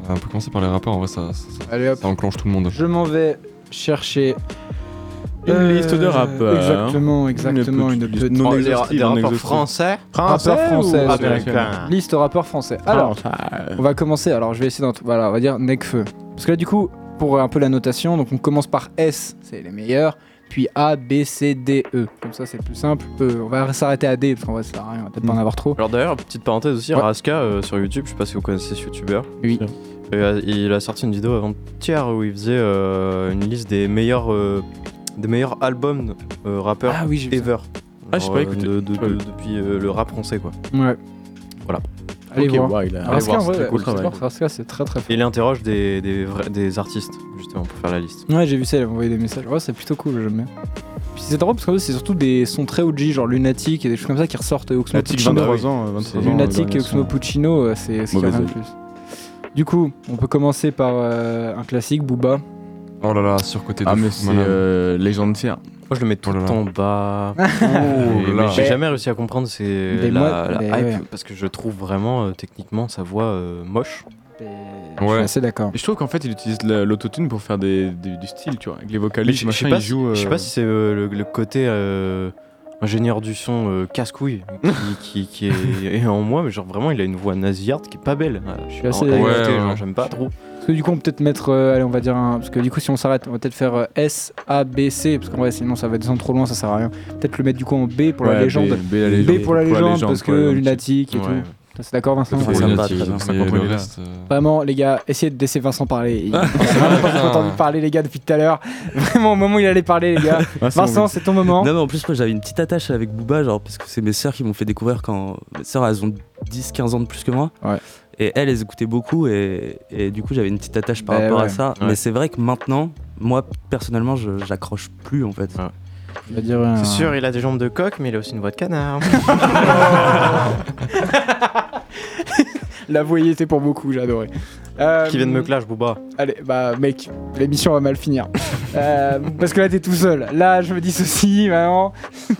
S2: On peut commencer par les rappeurs, en vrai, ça, ça- ça-
S3: Allez hop,
S2: ça enclenche tout le monde.
S3: je m'en vais chercher euh,
S4: Une liste de rappeurs.
S3: Exactement, exactement, une,
S4: petite
S3: petite
S4: liste. Non
S1: Oh,
S4: exhaustive,
S1: des- Des
S4: non
S1: rapports
S4: exhaustive.
S1: français
S3: Rappeur français,
S4: ou
S1: américain
S3: liste rappeur français.
S1: Ah.
S3: Alors, on va commencer. Alors, je vais essayer d'en. Voilà, on va dire Necfeu. Parce que là, du coup, pour euh, un peu la notation, donc on commence par S, c'est les meilleurs, puis A, B, C, D, E. Comme ça, c'est plus simple. E, on va s'arrêter à D, parce qu'en vrai, ça sert à rien, on va peut-être pas en avoir trop.
S1: Alors d'ailleurs, petite parenthèse aussi,
S3: Ouais.
S1: Raska euh, sur YouTube, je sais pas si vous connaissez ce youtubeur.
S3: Oui.
S1: Et, euh, il a sorti une vidéo avant-hier où il faisait euh, une liste des meilleurs, euh, des meilleurs albums euh, rappeurs
S3: Ah oui, j'ai vu ça.
S1: ever.
S4: Ah, j'ai
S1: Genre,
S4: pas
S1: euh,
S4: écouté.
S1: de- de-
S4: J'ai pas
S1: de-
S4: vu.
S1: depuis euh, le rap français quoi.
S3: Ouais.
S1: Voilà.
S3: Allez voir.
S4: il a...
S1: Allez
S3: Raska,
S1: voir,
S3: en vrai,
S1: c'était cool,
S3: ouais,
S1: le travail.
S3: c'est fort, Raska, c'est très très fort.
S1: Et il interroge des, des, vrais- des artistes justement pour faire la liste.
S3: Ouais, j'ai vu ça, il avait envoyé des messages. Ouais, c'est plutôt cool, j'aime bien. Puis c'est drôle parce que c'est surtout des sons très OG, genre Lunatic et des choses comme ça qui ressortent. et Oxmo
S4: Lunatic,
S3: Puccino.
S4: 23 ans. euh, 23 ans,
S3: Lunatic
S4: euh,
S3: et Oxmo Puccino, euh, c'est ce qu'il y a
S4: Mauvais
S3: rien de plus. Du coup, on peut commencer par euh, un classique, Booba.
S2: Oh là là, surcoté de
S4: Ah, mais
S2: fou,
S4: c'est
S2: malade.
S4: euh, légendaire.
S1: Moi je le mets tout
S2: Oh là
S1: le
S2: là.
S1: temps en bas.
S3: Ah.
S2: Oh
S1: Et-
S2: là
S1: mais
S2: là.
S1: j'ai jamais réussi à comprendre c'est
S3: Mais
S1: la,
S3: moi-
S1: la
S3: mais
S1: hype
S3: ouais.
S1: parce que je trouve vraiment euh, techniquement sa voix euh, moche.
S3: Je suis
S2: Ouais.
S3: assez d'accord.
S4: Et je trouve qu'en fait, il utilise la- l'autotune pour faire des, des- du style, tu vois. Avec les
S1: Mais
S4: vocalistes,
S1: je, je
S4: machin,
S1: sais pas
S4: il
S1: si-
S4: joue.
S1: je sais
S4: euh,
S1: pas si c'est euh, le, le côté euh, ingénieur du son euh, casse-couille qui, qui- qui est, est en moi, mais genre vraiment il a une voix nasillarde qui est pas belle. Euh, Je
S3: suis assez
S1: en-
S3: d'accord.
S1: en réalité,
S2: Ouais,
S1: genre,
S2: ouais.
S1: j'aime pas trop.
S3: Parce que du coup, on peut peut-être mettre. euh, allez, on va dire un. Parce que du coup, si on s'arrête, on va peut-être faire euh, S, A, B, C. Parce qu'en vrai, sinon, ça va descendre trop loin, ça sert à rien. Peut-être le mettre du coup en B pour la
S4: ouais,
S3: légende.
S4: B, B, la légende.
S3: B pour la légende, parce
S4: pour la
S3: que
S4: légende.
S3: Lunatic et
S1: Ouais.
S3: tout. T'as- C'est d'accord, Vincent
S4: Ça
S2: Faut
S4: me
S2: les
S4: va,
S2: attirer,
S4: très bien,
S2: mais
S4: ça me comprend,
S2: le
S4: il est là.
S2: reste, euh,
S3: Vraiment, les gars, essayez de laisser Vincent parler. Il- J'ai vraiment pas trop entendu parler, les gars, depuis tout à l'heure. Vraiment, au moment où il allait parler, les gars. Vincent, c'est ton moment.
S5: Non mais en plus moi j'avais une petite attache avec Booba genre parce que c'est mes sœurs qui m'ont fait découvrir quand mes sœurs elles ont 10 15 ans de plus que moi.
S3: Ouais.
S5: Et elles elles écoutaient beaucoup et, et du coup j'avais une petite attache par
S3: Ben
S5: rapport
S3: ouais,
S5: à ça
S1: ouais.
S5: mais c'est vrai que maintenant moi personnellement je j'accroche plus en fait. Ah,
S3: Je vais dire, euh,
S2: Ah.
S1: C'est sûr, il a des jambes de coq, mais il a aussi une voix de canard.
S3: La voyété pour beaucoup, j'adorais.
S2: Ah,
S3: Euh,
S1: Qui viennent me clash, Booba.
S3: Allez, bah mec, l'émission va mal finir. Euh, parce que là, t'es tout seul. Là, je me dis ceci, vraiment.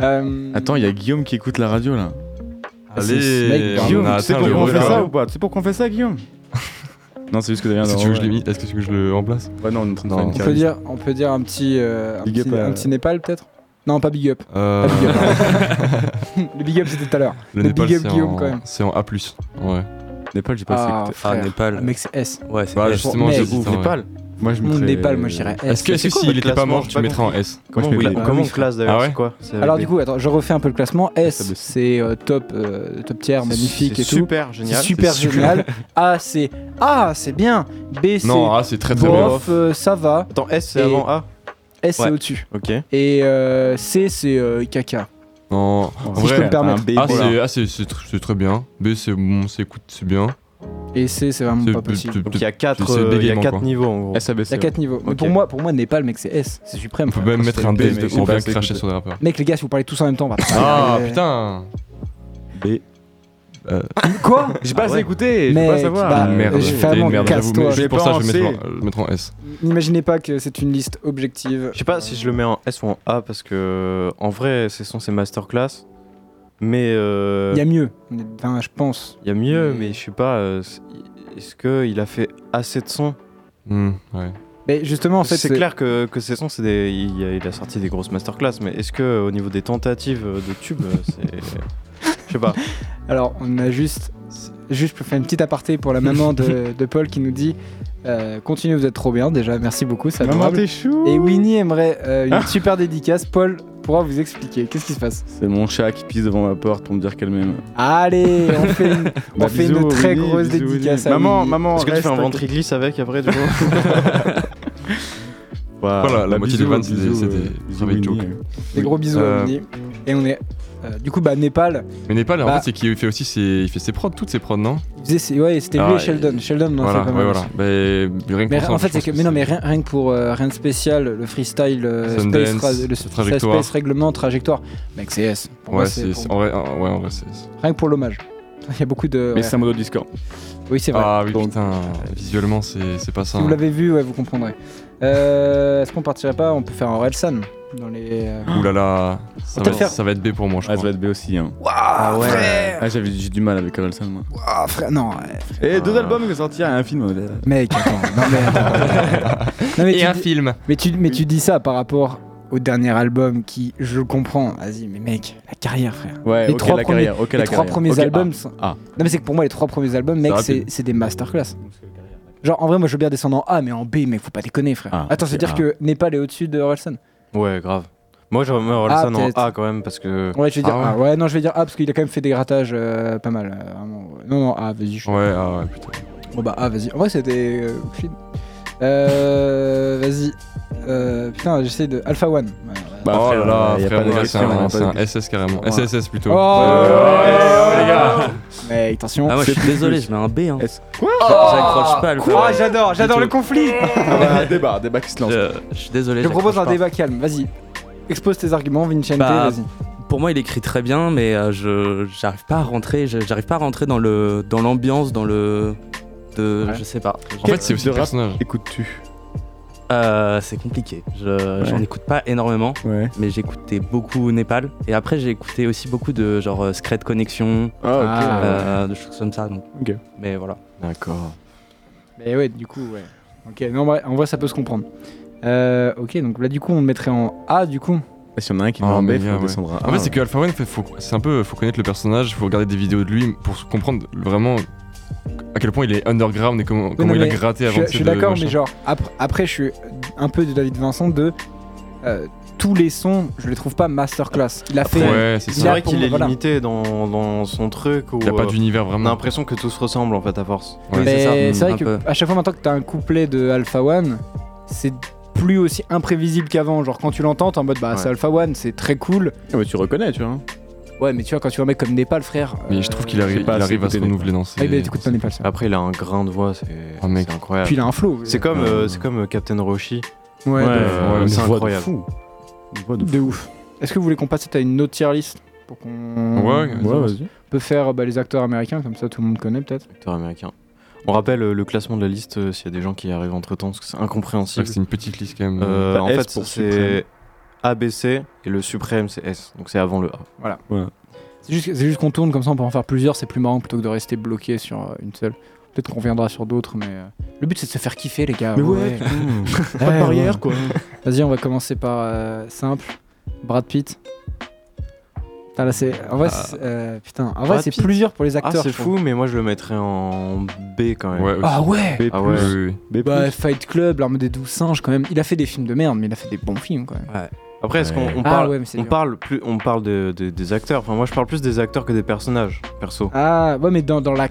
S3: Euh,
S4: Attends, il y a Guillaume qui écoute la radio là.
S3: Ah, c'est ce
S2: Allez,
S3: mec,
S2: on
S4: Guillaume,
S2: a
S4: tu sais
S2: atteint le
S4: pourquoi on fait
S2: record.
S4: ça ou pas Tu sais pourquoi on fait ça, Guillaume Non, c'est juste que derrière.
S2: Est-ce que tu veux que je l'ai mis Est-ce que tu veux que je le remplace
S4: Ouais, non, on est en train de faire
S2: Non.
S4: une
S3: on,
S4: tier
S3: peut
S4: list.
S3: dire, on peut dire un petit, euh, un
S4: Big
S3: petit,
S4: up à-
S3: un petit Népal, peut-être Non, pas Big Up.
S2: Euh,
S3: Pas big up pardon. le Big Up, c'était tout à l'heure.
S2: Le
S3: Le
S2: Népal,
S3: big up
S2: c'est
S3: Guillaume,
S2: en-
S3: quand même.
S2: C'est en A+. Ouais.
S4: Népal, j'ai pas
S3: Ah,
S4: assez
S5: Ah,
S3: frère.
S5: Népal.
S3: mec, c'est S.
S5: Ouais, c'est
S2: Bah,
S5: vrai.
S2: justement,
S3: mec,
S2: j'hésite,
S1: Ouf,
S2: hein, ouais.
S1: Népal.
S4: écouté. Moi, je
S3: Mon
S4: mettrais-
S3: Népal, moi, je dirais S.
S2: Est-ce que
S1: Mais c'est
S2: si
S1: quoi votre
S2: il était pas
S1: classement
S2: mort,
S1: J'ai
S2: tu
S1: pas
S2: mettrais en S
S4: Comment
S1: Comment,
S4: je
S1: on,
S4: mets-
S1: comment on
S3: oui.
S1: classe d'ailleurs
S2: Ah ouais
S1: C'est quoi C'est avec
S3: Alors
S1: des-
S3: du coup, attends, je refais un peu le classement. S,
S4: bah,
S3: c'est euh, top, euh, top tier,
S1: C'est-
S3: magnifique
S1: c'est
S3: et tout.
S1: Super
S3: C'est
S1: génial.
S3: super
S1: C'est
S3: génial. A, c'est ah, c'est bien. B, c'est
S2: Non, A, c'est très très bien.
S3: bof, euh, ça va.
S1: Attends, S c'est
S3: Et-
S1: avant A
S3: S, c'est
S5: Ouais.
S3: au-dessus.
S1: Ok.
S3: Et euh, C, c'est euh, caca.
S2: Non, en
S3: Si je peux
S2: vrai...
S3: me permettre. Ah,
S4: un B,
S2: A,
S4: voilà.
S2: c'est- A, c'est c'est tr- c'est très bien. B, c'est bon, c'est écoute, c'est bien.
S3: Et C, c'est vraiment
S2: C'est-
S3: pas possible.
S1: Donc il y a 4
S2: C'est bégaiement, quoi.
S1: niveaux en gros.
S3: Il y a
S4: SABC.
S3: 4 niveaux. Mais
S1: Ok.
S3: pour moi, pour moi, Népal, mec, c'est S. C'est suprême.
S2: On peut
S3: frère.
S2: même mettre un
S4: B,
S2: D
S4: mais je sais
S2: pour
S4: pas,
S2: bien
S4: Ah, c'est
S2: cracher
S4: écouté.
S2: sur les rappeurs.
S3: Mec, les gars, si vous parlez tous en même temps, on va.
S2: Ah putain
S3: Quoi
S4: J'ai pas
S1: Ah
S4: assez
S1: ouais.
S4: écouté, je peux
S3: Mec,
S4: pas savoir. Euh,
S3: bah,
S2: Une Ah, merde,
S3: j'ai
S2: c'était
S3: vraiment
S2: une merde, j'avoue,
S3: casse-toi.
S2: mais
S4: J'ai
S2: c'est pour
S4: pas
S2: ça
S4: en
S2: que je
S4: C.
S2: mettrai en- je mettrai en S.
S3: N'imaginez pas que c'est une liste objective.
S1: Je sais pas si je le mets en S ou en A parce que en vrai, ces sons c'est masterclass. Mais euh,
S3: Il y a mieux. Enfin, je pense.
S1: il y a mieux, mais je sais pas. euh, c'est- Est-ce que il a fait assez de sons
S2: Hmm, ouais.
S3: Mais justement, en fait,
S1: C'est clair que, que ces sons, c'est des, il, a, il a sorti des grosses masterclass, mais est-ce que euh, au niveau des tentatives euh, de tubes, euh, c'est. Je sais pas.
S3: Alors, on a juste, juste pour faire une petite aparté pour la maman de, de Paul qui nous dit euh, Continuez, vous êtes trop bien déjà, merci beaucoup, c'est
S4: Maman,
S3: adorable.
S4: t'es chou
S3: Et Winnie aimerait euh,
S2: Ah.
S3: une super dédicace. Paul pourra vous expliquer. Qu'est-ce qui se passe
S4: C'est mon chat qui pisse devant ma porte pour me dire qu'elle m'aime.
S3: Allez, on fait une, on
S4: Bah,
S3: fait une
S4: bisous,
S3: très
S4: Winnie,
S3: grosse
S4: bisous,
S3: dédicace
S4: Winnie.
S3: à
S4: Maman,
S3: Winnie.
S4: maman,
S1: Est-ce que tu
S4: reste,
S1: fais un
S4: t'inquiète.
S1: ventriglisse avec après, du coup
S4: Voilà,
S2: Voilà, la moitié des
S4: bisous,
S2: vannes, c'est des-
S4: bisous,
S2: c'est des-
S4: euh,
S2: des
S4: bisous,
S2: belles
S4: Winnie,
S2: jokes.
S4: euh.
S3: Des gros bisous à
S2: Euh,
S3: Winnie. Et on est. euh, du coup, bah, Népal,
S2: Mais Népal, en
S3: Bah.
S2: fait, c'est qu'il fait aussi ses, il fait ses prods, toutes ses prods, non
S3: il faisait ses- ouais, c'était
S2: Ah,
S3: lui et Sheldon. Sheldon, non,
S2: Voilà,
S3: c'est pas mal.
S2: ouais, voilà.
S3: aussi.
S2: Mais rien que
S3: Mais
S2: pour ça,
S3: en
S2: je
S3: fait, c'est
S2: pense
S3: que,
S2: que
S3: mais non,
S2: c'est-
S3: mais rien, rien que pour euh, rien de spécial, le freestyle, euh, space,
S2: Sundance,
S3: ra- le
S2: trajectoire.
S3: space règlement, trajectoire. Mec, c'est S. Pour moi,
S2: Ouais,
S3: c'est-
S2: c'est.
S3: pour
S2: c'est- En vrai, en- ouais, en vrai, c'est. c'est-
S3: Rien que pour l'hommage. Il y a beaucoup de. ouais.
S4: Mais c'est un mode Discord.
S3: Oui, c'est vrai. euh,
S2: Ah oui,
S4: Donc-
S2: putain, visuellement, c'est c'est pas ça.
S3: si vous
S2: hein.
S3: l'avez vu, ouais, vous comprendrez. Euh, Est-ce qu'on partirait pas On peut faire un Relsan dans les. euh,
S2: Ouh là là, ça
S3: peut
S2: va
S3: le faire.
S2: être- ça va être B pour moi, je
S4: Ah, ça va
S2: crois.
S4: être B aussi. Hein.
S3: Ah ouais.
S4: Ah, j'avais j'ai du mal avec Orelsan, moi.
S3: Ah frère, non. ouais.
S4: Et deux albums qui sortir et un film. euh,
S3: Mec, attends. non mais. attends. Non, mais tu dis-
S2: film
S3: Mais tu, mais tu dis ça par rapport au dernier album qui, je le comprends, vas-y, mais mec, la carrière, frère.
S4: Ouais,
S3: Les
S4: ok,
S3: trois
S4: la
S3: premiers-
S4: carrière. ok,
S3: les
S4: la
S3: trois
S4: carrière.
S3: premiers
S4: Ok,
S3: albums sont...
S4: Ah.
S3: Non mais c'est que pour moi les trois premiers albums mec
S2: C'est
S3: c'est
S2: rapide.
S3: c'est des masterclass. Genre en vrai moi je veux bien descendre en A mais en B mec faut pas déconner frère.
S4: Ah,
S3: Attends c'est à dire
S4: ok, ah.
S3: que Népal est au-dessus de Orelsan.
S1: Ouais, grave. Moi, je remets Orelsan en
S3: peut-être.
S1: A quand même parce que.
S3: Ouais je vais dire
S2: Ah
S3: A. ouais. non je vais dire A parce qu'il a quand même fait des grattages euh, pas mal. euh, vraiment. Non non A vas-y je...
S2: Ouais, ah ouais, putain.
S3: Bon bah A vas-y. En vrai c'était... euh, clean. Euh, vas-y. Euh, putain j'essaie de... Alpha One. Ouais, ouais.
S4: Bah,
S2: oh
S4: frère,
S2: là là,
S4: y a
S2: frère,
S4: pas de
S2: mon gars, c'est
S4: question, y a
S2: un,
S4: pas
S2: c'est
S4: de
S2: un SS carrément.
S3: Ouais.
S2: SSS plutôt. Euh,
S3: Oh,
S2: les gars
S3: Mec attention.
S5: Ah ouais, je suis désolé, je mets un B. Hein.
S4: Est-ce-
S5: J'accroche pas le
S3: Quoi Ah, J'adore, j'adore
S5: tout.
S3: le conflit
S4: Ah, voilà, débat, débat qui se lance.
S5: Je je suis désolé.
S3: Je propose un
S5: j'accroche
S3: débat calme, vas-y. Expose tes arguments, Vincente,
S5: Bah,
S3: vas-y.
S5: pas. Pour moi, il écrit très bien, mais euh, je j'arrive pas à rentrer. je- J'arrive pas à rentrer dans le dans l'ambiance, dans le de
S3: Ouais.
S5: je sais pas.
S2: En fait, c'est aussi
S4: de
S2: le
S4: rap
S2: personnage.
S4: Écoutes-tu
S5: Euh, c'est compliqué. Je- J'en écoute pas énormément,
S4: Ouais.
S5: mais j'écoutais beaucoup Népal. Et après, j'ai écouté aussi beaucoup de genre euh, Secret Connection,
S4: Ah, ok.
S5: euh, de choses comme ça. Donc.
S4: Ok.
S5: Mais voilà.
S1: D'accord.
S3: Mais ouais, du coup, ouais. Ok, non, en vrai, en vrai, ça peut se comprendre. Euh, ok, donc là, du coup, on le mettrait en A, du coup.
S4: Si on a un qui met
S2: Ah,
S4: en B,
S2: mais
S4: faut
S2: bien, ouais.
S4: descendre à
S2: En fait, c'est que Alpha One, fait- faut- c'est un peu, faut connaître le personnage, faut regarder des vidéos de lui pour se comprendre vraiment à quel point il est underground et comment, comment
S3: non,
S2: il a
S3: mais
S2: gratté
S3: Je,
S2: avant.
S3: suis-
S2: de
S3: je
S2: sais,
S3: suis
S2: de
S3: d'accord,
S2: machin.
S3: mais genre, après, après, je suis un peu de David Vincent de. euh, tous les sons, je les trouve pas masterclass. Il a fait.
S2: Ouais, c'est
S3: Il
S1: C'est
S3: a
S2: ça.
S1: vrai
S3: pour
S1: qu'il
S3: moi,
S1: est
S3: voilà.
S1: limité dans, dans son truc. Où,
S2: Il a pas
S1: euh,
S2: d'univers
S1: on a
S2: vraiment.
S1: l'impression que tout se ressemble en fait à force.
S5: Oui, c'est ça.
S3: Mais c'est vrai
S5: Un peu.
S3: que à chaque fois maintenant que t'as un couplet de Alpha One, c'est plus aussi imprévisible qu'avant. Genre quand tu l'entends, t'es en mode bah
S1: Ouais.
S3: c'est Alpha One, c'est très cool.
S4: Ah, mais tu reconnais, tu vois.
S3: Ouais, mais tu vois quand tu vois un mec comme Népal, frère.
S2: Mais je trouve qu'il
S4: j'ai
S2: arrive,
S4: pas
S2: il
S4: assez
S2: arrive à se
S4: écouté les-
S2: renouveler dans ses.
S3: Ah, mais t'écoutes pas Népal, ça.
S1: Après, il a un grain de voix, c'est
S2: Oh, mec.
S1: c'est incroyable.
S3: Puis il a un flow.
S1: C'est comme,
S4: Ouais.
S1: euh, c'est comme euh, Captain Roshi.
S3: Ouais,
S1: Euh,
S2: ouais,
S1: c'est
S2: une voix de
S1: incroyable.
S4: Fou. Une voix de
S3: de,
S4: fou.
S3: ouf. Est-ce que vous voulez qu'on passe à une autre tier list pour qu'on
S2: Ouais,
S3: on
S4: Ouais, vas-y.
S3: peut faire bah, les acteurs américains, comme ça tout le monde connaît peut-être.
S1: Acteur américain. On rappelle euh, le classement de la liste euh, s'il y a des gens qui arrivent entre temps, parce que c'est
S2: C'est vrai
S1: incompréhensible.
S2: que c'est une petite liste quand même.
S1: Euh,
S4: T'as
S1: en
S4: Bah, S
S1: fait,
S4: pour
S1: c'est
S4: suprême.
S1: ABC et le suprême c'est S, donc c'est avant le A.
S3: C'est juste, c'est juste qu'on tourne comme ça, on peut en faire plusieurs, c'est plus marrant plutôt que de rester bloqué sur euh, une seule. Peut-être qu'on viendra sur d'autres, mais euh, le but c'est de se faire kiffer les gars. ouais.
S4: Pas de
S3: Ouais,
S4: barrière,
S3: ouais.
S4: quoi.
S3: Vas-y, on va commencer par euh, simple. Brad Pitt. Putain, là, c'est... En vrai, c'est, euh, putain, en vrai,
S1: Brad
S3: c'est
S1: Pitt.
S3: plusieurs pour les
S1: Ah,
S3: acteurs.
S1: c'est
S3: je trouve.
S1: fou, mais moi je le mettrais en B quand même.
S2: Ouais, aussi.
S3: Ah ouais
S4: B+,
S1: Ah ouais.
S2: Oui, oui, oui.
S4: B+.
S3: Bah, Fight Club, L'arme des douze singes, quand même. Il a fait des films de merde, mais il a fait des bons films, quand même.
S1: Après, est-ce qu'on
S4: Ouais.
S1: on
S3: Ah
S1: parle,
S3: ouais, mais c'est
S1: on
S3: dur.
S1: parle plus, on parle de- de- des acteurs. Enfin, moi je parle plus des acteurs que des personnages, perso.
S3: Ah, ouais, mais dans, dans la...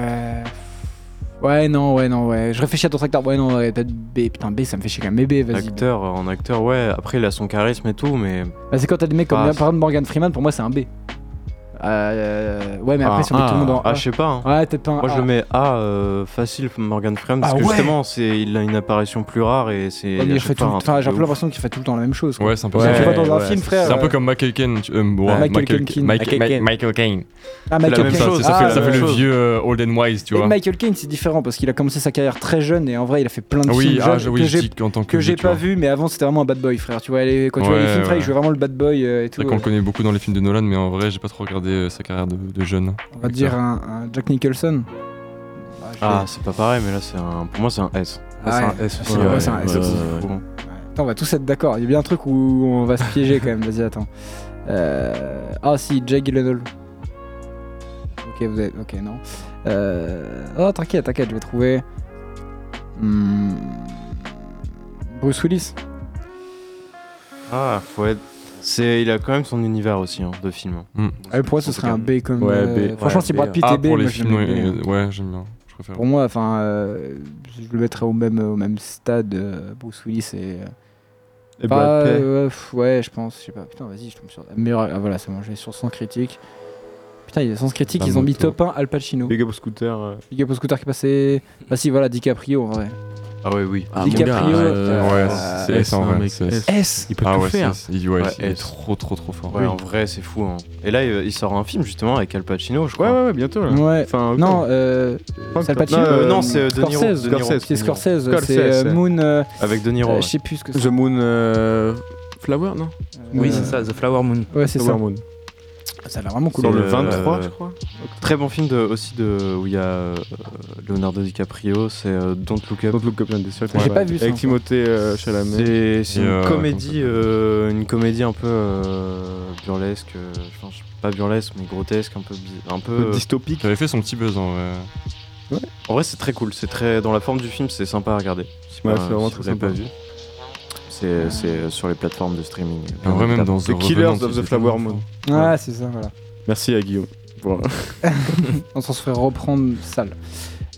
S3: Euh, Ouais, non, ouais, non, ouais. Je réfléchis à ton acteur. Ouais, non, ouais, peut-être B. Putain, B, ça me fait chier quand même. Mais B, Ah, vas-y.
S1: Acteur euh, en acteur, ouais. Après, il a son charisme et tout, mais
S3: Bah, c'est quand t'as des mecs comme,
S1: Ah,
S3: par
S1: c'est-
S3: exemple, Morgan Freeman, pour moi, c'est un B. Euh, ouais, mais après,
S1: Ah,
S3: si on met tout le monde en
S1: ah,
S3: A.
S1: je sais pas. hein.
S3: Ouais, peut-être pas un
S1: Moi, je
S3: A.
S1: le mets A euh, facile, Morgan Freeman, parce
S3: Ah
S1: que
S3: ouais
S1: justement, c'est, il a une apparition plus rare et c'est.
S3: Ouais, mais
S1: à
S3: il
S1: chaque
S3: fait tout
S1: fois
S3: le-
S1: un
S3: enfin,
S1: truc
S3: j'ai un
S1: de
S3: peu
S1: ouf.
S3: l'impression qu'il fait tout le temps la même chose. quoi.
S2: Ouais, c'est un peu
S3: Quand
S2: ça.
S3: tu vas dans un
S4: ouais,
S3: film,
S4: c'est-
S3: frère.
S2: C'est un peu
S3: euh,
S2: comme Michael Caine. tu- euh, ouais,
S3: Michael
S2: Michael
S3: Caine.
S2: Caine. Michael
S3: Michael
S2: Caine. Michael Caine.
S3: Ah,
S2: C'est la même
S3: Michael Caine.
S2: chose, ça
S3: Ah,
S2: fait- ça fait
S1: ouais.
S2: le vieux euh, Old and Wise, tu
S3: Et
S2: vois.
S3: Michael Caine, c'est différent parce qu'il a commencé sa carrière très jeune et en vrai, il a fait plein de
S2: Ah
S3: films
S2: oui, ah,
S3: jeunes
S2: je- oui,
S3: que
S2: je
S3: j'ai
S2: dis qu'en tant que
S3: que j'ai
S2: tu
S3: pas
S2: vois.
S3: vu, mais avant c'était vraiment un bad boy, frère. Tu vois, les- quand tu vois les
S2: Ouais,
S3: films, frère, il
S2: ouais.
S3: jouait vraiment le bad boy euh, et
S2: C'est
S3: tout.
S2: vrai qu'on
S3: euh,
S2: le connaît beaucoup dans les films de Nolan, mais en vrai, j'ai pas trop regardé euh, sa carrière de, de jeune.
S3: On va dire un, un Jack Nicholson. Ah, je
S1: Ah, c'est pas pareil, mais là, c'est un. Pour moi, c'est un S.
S3: Ah,
S5: c'est un S
S3: vais-
S5: aussi,
S3: c'est
S1: ouais,
S3: ouais, c'est un-
S4: ouais,
S3: c'est-
S4: ouais.
S1: Bon.
S3: Attends, On va tous être d'accord. Il y a bien un truc où on va se piéger quand même. Vas-y, attends. Euh, Ah si, Jay Gyllenhaal. Ok, vous êtes. Ok, non. Euh... Oh, t'inquiète, t'inquiète, je vais trouver. Hmm, Bruce Willis.
S1: Ah, faut être. C'est, il a quand même son univers aussi hein, de film.
S2: Hmm.
S3: Ah, oui, pour moi, ce serait un B comme.
S4: Ouais,
S3: euh,
S4: B.
S3: Franchement,
S5: Ouais,
S3: si
S5: B,
S3: Brad Pitt
S2: Ah,
S3: est B,
S2: pour les
S3: moi, je
S2: films,
S3: le mets B,
S2: ouais,
S3: hein.
S2: euh, ouais, j'aime bien. Je préfère.
S3: Pour moi, enfin, euh, je le mettrais au même, au même stade. euh, Bruce Willis et. euh,
S4: Et
S3: pas,
S4: Brad Pitt.
S3: euh, pff, ouais, je pense. Je sais pas. Putain, vas-y, je tombe sur la meilleure. Ah, voilà, c'est bon, j'ai sur Sans Critique. Putain, il y a Sans Critique,
S2: La
S3: ils ont mis
S2: moto.
S3: top 1 Al Pacino.
S4: Big Up Scooter. euh,
S3: Big Up au scooter qui est passé. Bah, si, voilà, DiCaprio en vrai.
S1: Ah ouais, oui.
S5: Ah, mon
S3: DiCaprio.
S5: gars,
S3: euh,
S2: Ouais,
S3: euh,
S2: c'est S en
S8: un
S2: vrai.
S8: mec,
S2: c'est
S8: S.
S2: S.
S3: S.
S8: Il peut
S2: ah
S8: tout
S2: ouais,
S8: faire.
S2: c'est- il- ouais,
S1: Ouais,
S2: il est
S1: S.
S2: trop trop trop fort.
S1: Ouais, en vrai, c'est fou. hein. Et là, il il sort un film justement avec Al Pacino, je
S4: Ouais,
S1: crois.
S4: ouais, ouais, bientôt là.
S3: Ouais.
S4: Enfin,
S3: Non, euh,
S4: Pas
S3: c'est Al
S4: encore.
S3: Pacino.
S1: Non, euh, non, c'est, euh, De Niro,
S3: Scorsese.
S1: De Niro.
S3: C'est Scorsese.
S4: Scorsese.
S3: C'est euh, Moon. euh,
S1: Avec De Niro.
S3: euh,
S1: ouais.
S3: Je sais plus ce que c'est.
S4: The Moon euh, Flower, non
S5: Oui,
S3: Euh,
S5: c'est ça, The Flower Moon.
S3: Ouais, c'est
S4: Flower
S3: ça. Ah,
S4: Moon.
S3: Ça a l'air vraiment cool.
S4: Dans
S1: C'est
S4: le
S1: le-
S4: 23,
S1: euh,
S4: je crois.
S1: Très bon film de, aussi de où il y a euh, Leonardo DiCaprio, c'est euh, Don't Look Up.
S4: Don't Look Up, l'un des seuls.
S3: J'ai pas vu ça,
S4: Avec
S3: encore.
S4: Timothée euh, Chalamet.
S1: C'est c'est
S2: Et,
S1: une
S2: euh,
S1: comédie,
S2: attends,
S1: euh, une comédie un peu euh, burlesque, euh, je pense pas burlesque mais grotesque, un peu, bi- un
S4: Un peu
S1: peu.
S4: dystopique.
S2: Il avait fait son petit buzz en vrai.
S1: En vrai, c'est très cool, c'est très dans la forme du film, c'est sympa à regarder. Si,
S4: Ouais,
S1: euh,
S4: c'est vraiment
S1: si
S4: très
S1: vous l'avez
S4: sympa.
S1: pas vu, c'est c'est, euh, sur les plateformes de streaming.
S2: En vrai, même dans
S4: The Killers of the Flower Moon.
S3: Ah, c'est ça, voilà.
S4: Merci à Guillaume. Bon.
S3: On s'en serait reprendre sale.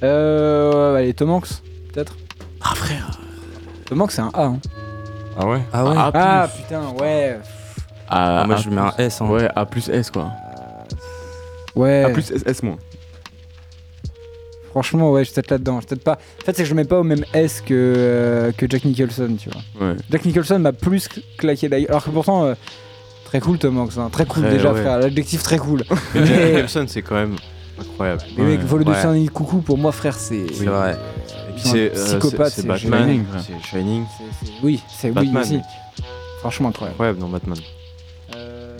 S3: Euh, allez, Tom Hanks, peut-être
S5: Ah frère
S3: Tom Hanks, c'est un A. hein.
S2: Ah ouais
S5: Ah ouais
S8: Ah,
S3: Ah, putain, ouais.
S5: Ah,
S8: Ah,
S5: Moi je mets un S. hein.
S8: Ouais, A plus S quoi.
S3: Ouais.
S4: A Ah, plus S, S moins.
S3: Ah, Franchement, ouais, je suis peut-être là-dedans. Je suis peut-être pas. En fait, c'est que je le mets pas au même S que, euh, que Jack Nicholson, tu vois.
S4: Ouais.
S3: Jack Nicholson m'a plus claqué la gueule. Alors que pourtant, euh, très cool Tom Hanks. hein. Très cool
S1: Très,
S3: déjà,
S1: ouais.
S3: frère. L'adjectif très cool.
S1: Mais Jack
S3: Mais-
S1: Nicholson, c'est quand même incroyable.
S3: Mais mec, voler
S5: ouais.
S3: dessus un nid de coucou, pour moi, frère, c'est.
S5: C'est vrai.
S1: Et puis
S3: Ils sont
S1: c'est euh,
S3: psychopathes,
S1: c'est- c'est
S3: c'est
S1: Batman,
S3: Shining,
S1: c'est Shining,
S3: c'est- c'est- Oui, c'est oui
S1: Batman,
S3: aussi.
S1: mec.
S3: Franchement, incroyable.
S1: incroyable dans Batman.
S3: Euh,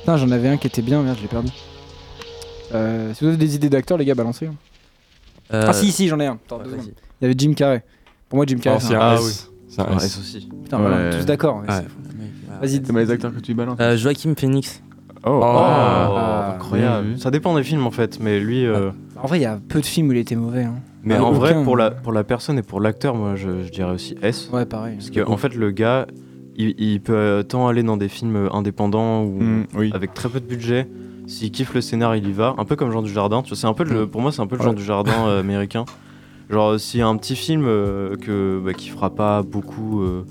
S3: Putain, j'en avais un qui était bien, merde, j'ai perdu. Euh, si vous avez des idées d'acteurs, les gars, balancez. hein.
S5: Euh,
S3: Ah, si, si, j'en ai un. Attends,
S5: ouais,
S3: deux
S5: vas-y.
S3: secondes. Il y avait Jim Carrey. Pour moi, Jim Carrey,
S2: Alors,
S3: c'est
S2: Oh, c'est
S3: un-
S2: un
S1: Ah
S2: S. C'est
S1: Ah,
S2: un
S1: S
S2: S.
S1: aussi.
S3: Putain, voilà, on est
S4: Ouais.
S3: tous d'accord. mais
S5: Ouais.
S3: Ah, c'est- Vas-y,
S4: C'est les acteurs que tu balances.
S5: Euh, Joachim Phoenix.
S4: Oh.
S3: Ah.
S1: incroyable.
S4: Oui, oui.
S1: Ça dépend des films en fait, mais lui. euh,
S3: En vrai, il y a peu de films où il était mauvais. hein.
S1: Mais
S3: Ah,
S1: en
S3: aucun.
S1: vrai, pour la, pour la personne et pour l'acteur, moi je, je dirais aussi S.
S3: Ouais, pareil.
S1: Parce qu'en fait, le gars, il, il peut euh, tant aller dans des films euh, indépendants ou
S4: Mm, oui.
S1: avec très peu de budget. S'il kiffe le scénar, il y va. Un peu comme Jean du Jardin. Tu vois, c'est un peu le, pour moi, c'est un peu le genre du Jardin euh, américain. Genre, euh, s'il y a un petit film euh, que, bah, qui fera pas beaucoup euh,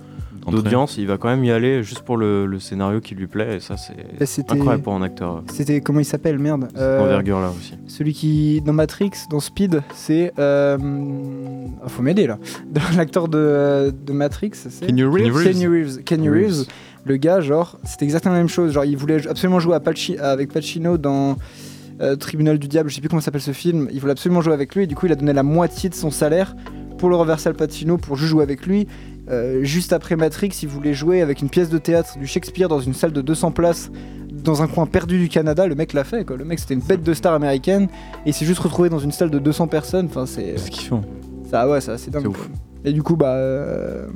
S1: d'audience, il va quand même y aller juste pour le, le scénario qui lui plaît. Et ça, c'est
S3: C'était.
S1: incroyable pour un acteur. euh,
S3: C'était. Comment il s'appelle Merde.
S1: cette
S3: Euh,
S1: envergure là aussi.
S3: celui qui. Dans Matrix, dans Speed, c'est. Euh... ah, faut m'aider là. Dans L'acteur de, de Matrix, c'est.
S4: Keanu Reeves.
S3: Kenny Reeves. Kenny Reeves. Le gars, genre, c'était exactement la même chose. Genre, il voulait absolument jouer à Palci- avec Pacino dans euh, Tribunal du Diable, je sais plus comment s'appelle ce film. Il voulait absolument jouer avec lui et du coup, il a donné la moitié de son salaire pour le reverser à Pacino pour juste jouer avec lui. Euh, juste après Matrix, il voulait jouer avec une pièce de théâtre du Shakespeare dans une salle de 200 places dans un coin perdu du Canada. Le mec l'a fait, quoi. Le mec, c'était une bête de star américaine et il s'est juste retrouvé dans une salle de 200 personnes. Enfin, c'est.
S4: ce qu'ils font.
S3: Ça, ouais, ça, c'est dingue.
S4: C'est ouf.
S3: Et du coup, bah. euh,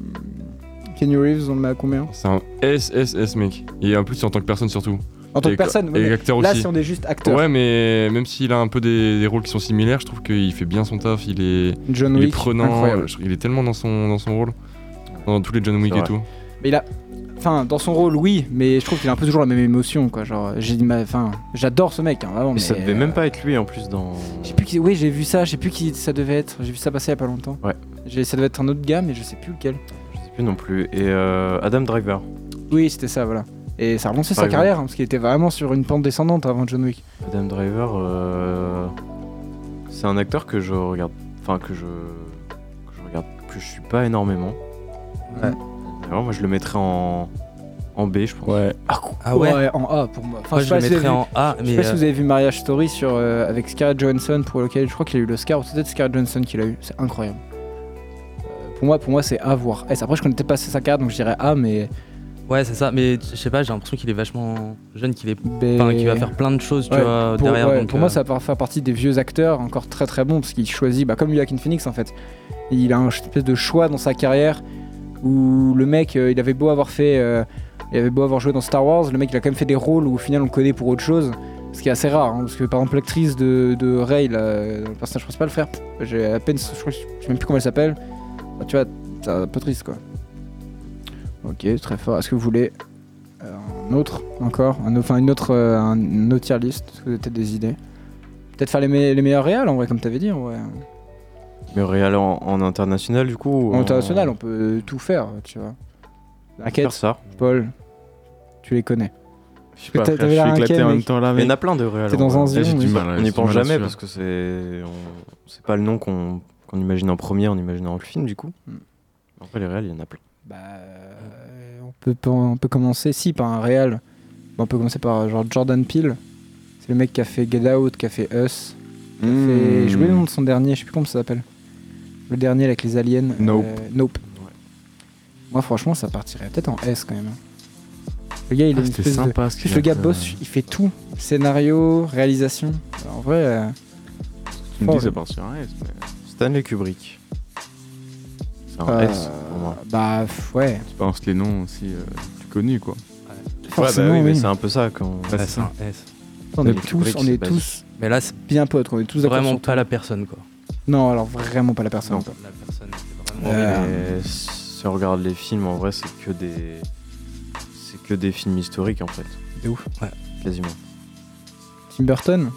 S3: Kenny Reeves, on le met à combien
S2: C'est un SSS mec. Et en plus, en tant que personne surtout.
S3: En tant
S2: Et
S3: que personne,
S2: Et
S3: ouais,
S2: acteur
S3: mais là,
S2: aussi.
S3: si on est juste acteur.
S2: Ouais, mais même s'il a un peu des, des rôles qui sont similaires, je trouve qu'il fait bien son taf. Il est,
S3: John
S2: il est
S3: Wick,
S2: prenant.
S3: incroyable.
S2: je- Il est tellement dans son, dans son rôle. Dans tous les John Wick
S1: C'est
S2: et tout.
S3: Mais il a. Enfin, dans son rôle, oui, mais je trouve qu'il a un peu toujours la même émotion, quoi. Genre, j'ai dit, ma- enfin, j'adore ce mec, hein, vraiment.
S1: Mais ça
S3: mais,
S1: devait
S3: euh,
S1: même pas être lui en plus dans.
S3: Je sais plus qui. Oui, j'ai vu ça, je sais plus qui ça devait être. J'ai vu ça passer il y a pas longtemps.
S1: Ouais.
S3: J'ai- Ça devait être un autre gars, mais je sais plus lequel.
S1: Je sais plus non plus. Et euh, Adam Driver.
S3: Oui, c'était ça, voilà. Et ça a relancé
S1: Par
S3: sa
S1: exemple.
S3: carrière, hein, parce qu'il était vraiment sur une pente descendante avant John Wick.
S1: Adam Driver, euh, c'est un acteur que je regarde, enfin que je, que je regarde, que je suis pas énormément.
S3: Ouais.
S1: Alors moi je le mettrais en, en B, je pense.
S4: Ouais.
S5: Ah ouais,
S3: En A pour moi. Enfin,
S5: Moi,
S3: je sais
S5: je
S3: pas
S5: le
S3: si vous
S5: mettrais
S3: avez vu-
S5: en A,
S3: Je sais
S5: mais euh,
S3: pas si vous avez vu Marriage Story sur, euh, avec Scarlett Johansson pour lequel je crois qu'il a eu l'Oscar ou c'est peut-être Scarlett Johansson qui l'a eu, c'est incroyable. Euh, Pour moi, pour moi c'est A voir. S. Après, je connaissais pas sa carte donc je dirais A, mais.
S5: euh, ouais, c'est ça. Mais je sais pas, j'ai l'impression qu'il est vachement jeune, qu'il est,
S3: B.
S5: enfin, qu'il va faire plein de choses, tu
S3: Ouais,
S5: vois,
S3: pour,
S5: derrière.
S3: ouais,
S5: donc,
S3: pour
S5: euh,
S3: moi, ça va faire partie des vieux acteurs encore très très bons parce qu'il choisit, bah, comme Joaquin Phoenix en fait, il a un espèce de choix dans sa carrière où le mec, euh, il avait beau avoir fait, euh, il avait beau avoir joué dans Star Wars, le mec, il a quand même fait des rôles où au final on le connaît pour autre chose, ce qui est assez rare, hein, parce que par exemple l'actrice de, de Ray, là, euh, dans le personnage principal, frère, pff, j'ai à peine, je crois, je sais même plus comment elle s'appelle, Bah, tu vois, c'est un peu triste quoi. Ok, très fort. Est-ce que vous voulez euh, un autre encore un, au- Enfin, une autre, euh, un, une autre tier list Est-ce que vous avez peut-être des idées Peut-être faire les, me- les meilleurs réals en vrai, comme t'avais dit. en vrai.
S1: Mais réel en, en international du coup. ou
S3: En international, on peut tout faire, tu vois.
S1: faire
S3: T'inquiète,
S1: ça.
S3: Paul, tu les connais.
S4: Je sais
S3: Mais
S4: pas,
S3: t'as-
S4: frère, je
S3: t'avais
S4: suis
S3: l'air
S4: éclaté
S3: inquiet,
S4: en
S3: mec.
S4: même temps là,
S1: Mais il y
S4: mais.
S1: en a plein de réels.
S3: T'es
S1: en
S3: dans
S1: vrai.
S3: un
S4: Là,
S3: zion.
S4: j'ai du
S3: oui.
S4: mal.
S1: On n'y pense jamais parce que c'est, on- c'est pas le nom qu'on, qu'on imagine en premier, on imagine en le film du coup.
S3: Mm.
S1: Après les réels, il y en a plein.
S3: Bah, euh, on, peut, on peut commencer, si, par un réal. Bah, on peut commencer par euh, genre Jordan Peele. C'est le mec qui a fait Get Out, qui a fait Us.
S4: Mm.
S1: Hmm.
S3: Et j'ai oublié le nom de son dernier, je sais plus comment ça s'appelle. Le dernier avec les aliens.
S4: Nope.
S3: euh, nope. Moi, franchement, ça partirait peut-être en S quand même. hein. Le gars, il est une espèce de.
S4: sympa
S3: En plus, le gars bosse, il fait tout. Scénario, réalisation. Alors, en vrai, euh,
S4: Tu me dis
S3: fort,
S4: que
S3: le-
S4: ça part sur un S, mais.
S1: Stanley Kubrick. C'est un
S3: euh,
S1: S pour moi.
S3: Bah, f- ouais.
S4: Tu penses les noms aussi euh, plus connus, quoi.
S3: Forcément,
S1: ouais, bah oui, mais
S3: oui.
S1: c'est un peu ça quand.
S4: Ouais, c'est ça.
S5: S.
S3: on est
S1: Stanley
S3: tous,
S1: Kubrick,
S3: on
S1: c'est
S3: est
S1: basique.
S3: tous
S5: Mais là, c'est
S3: bien potes, quoi. on est tous d'accord
S5: vraiment
S3: sur tout.
S5: pas la personne, quoi.
S3: Non, alors vraiment pas la personne.
S1: Non.
S3: quoi.
S5: La personne, c'est vraiment.
S3: Euh,
S1: Mais si on regarde les films, en vrai, c'est que des. C'est que des films historiques, en fait,
S3: De ouf.
S1: quasiment.
S3: Tim Burton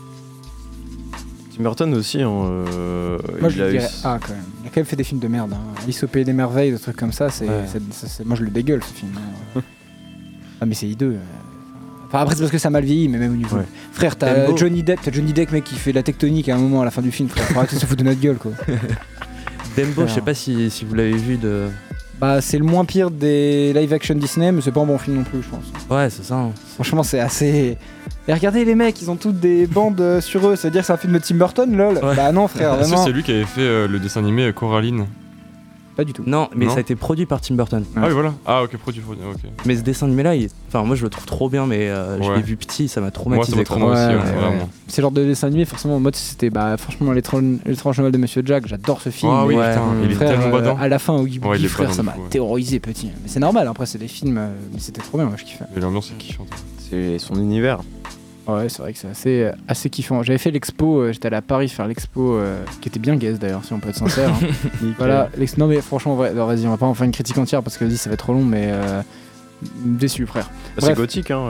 S1: Tim Burton aussi, hein, euh,
S3: Moi,
S1: il
S3: je
S1: a
S3: le
S1: eu-
S3: dirais A quand même. Il a quand même fait des films de merde. Hein. Alice au Pays des Merveilles, des trucs comme ça. C'est,
S5: Ouais.
S3: c'est- c'est- c'est- moi, je le dégueule ce film. hein. ah, mais c'est hideux. euh. Enfin, après, c'est parce que ça a mal vieilli, mais même au niveau.
S1: Ouais.
S3: Frère, t'as
S1: Dumbo.
S3: euh, Johnny Depp, t'as Johnny Depp, mec, qui fait de la tectonique à un moment à la fin du film. Frère, faut arrêter de se foutre de notre gueule, quoi.
S5: Dembo, je sais
S3: Alors.
S5: pas si, si vous l'avez vu de.
S3: Bah, c'est le moins pire des live-action Disney, mais c'est pas un bon film non plus, je pense.
S5: Ouais, c'est ça. hein.
S3: Franchement, c'est assez. Et regardez les mecs, ils ont toutes des bandes euh, sur eux. Ça veut dire que c'est un film de Tim Burton, lol.
S5: Ouais.
S3: Bah non, frère,
S2: Est-ce que
S3: vraiment.
S2: c'est lui qui avait fait euh, le dessin animé euh, Coraline
S3: Pas du tout.
S5: Non, mais
S2: Non.
S5: ça a été produit par Tim Burton.
S2: Ah oui, voilà. Ah ok, produit. produit, ok.
S5: Mais ce dessin animé là, il... enfin moi je le trouve trop bien, mais euh, je
S2: Ouais.
S5: l'ai vu petit, ça m'a
S2: Moi, ça
S5: traumatisé.
S2: m'a
S5: quoi.
S2: trop aussi,
S3: Ouais,
S2: ouais,
S3: ouais,
S2: vraiment.
S3: C'est le genre de dessin animé, forcément, en mode c'était bah, franchement l'étrange l'étrange Noël de Monsieur Jack. J'adore ce film.
S2: Ah oui,
S5: Ouais.
S2: putain, il est
S3: Frère,
S2: tellement
S3: euh,
S2: badant.
S3: à la fin, Oogie
S2: Ouais, il
S3: Boogie,
S2: est
S3: frère,
S2: badant
S3: ça
S2: de
S3: m'a
S2: fou, ouais.
S3: terrorisé petit. Mais c'est normal, après, c'est des films, euh, mais c'était trop bien, moi je kiffais.
S2: Mais l'ambiance est kiffante.
S1: C'est son univers. Bah,
S3: Ouais, c'est vrai que c'est assez, euh, assez kiffant. J'avais fait l'expo, euh, j'étais allé à Paris faire l'expo, euh, qui était bien gaze d'ailleurs, si on peut être sincère. hein. voilà, l'ex- non mais franchement, ouais, non, vas-y, on va pas en faire une critique entière parce que vas-y, ça va être trop long, mais euh, déçu, frère.
S1: Bah, c'est
S3: Bref.
S1: gothique, hein.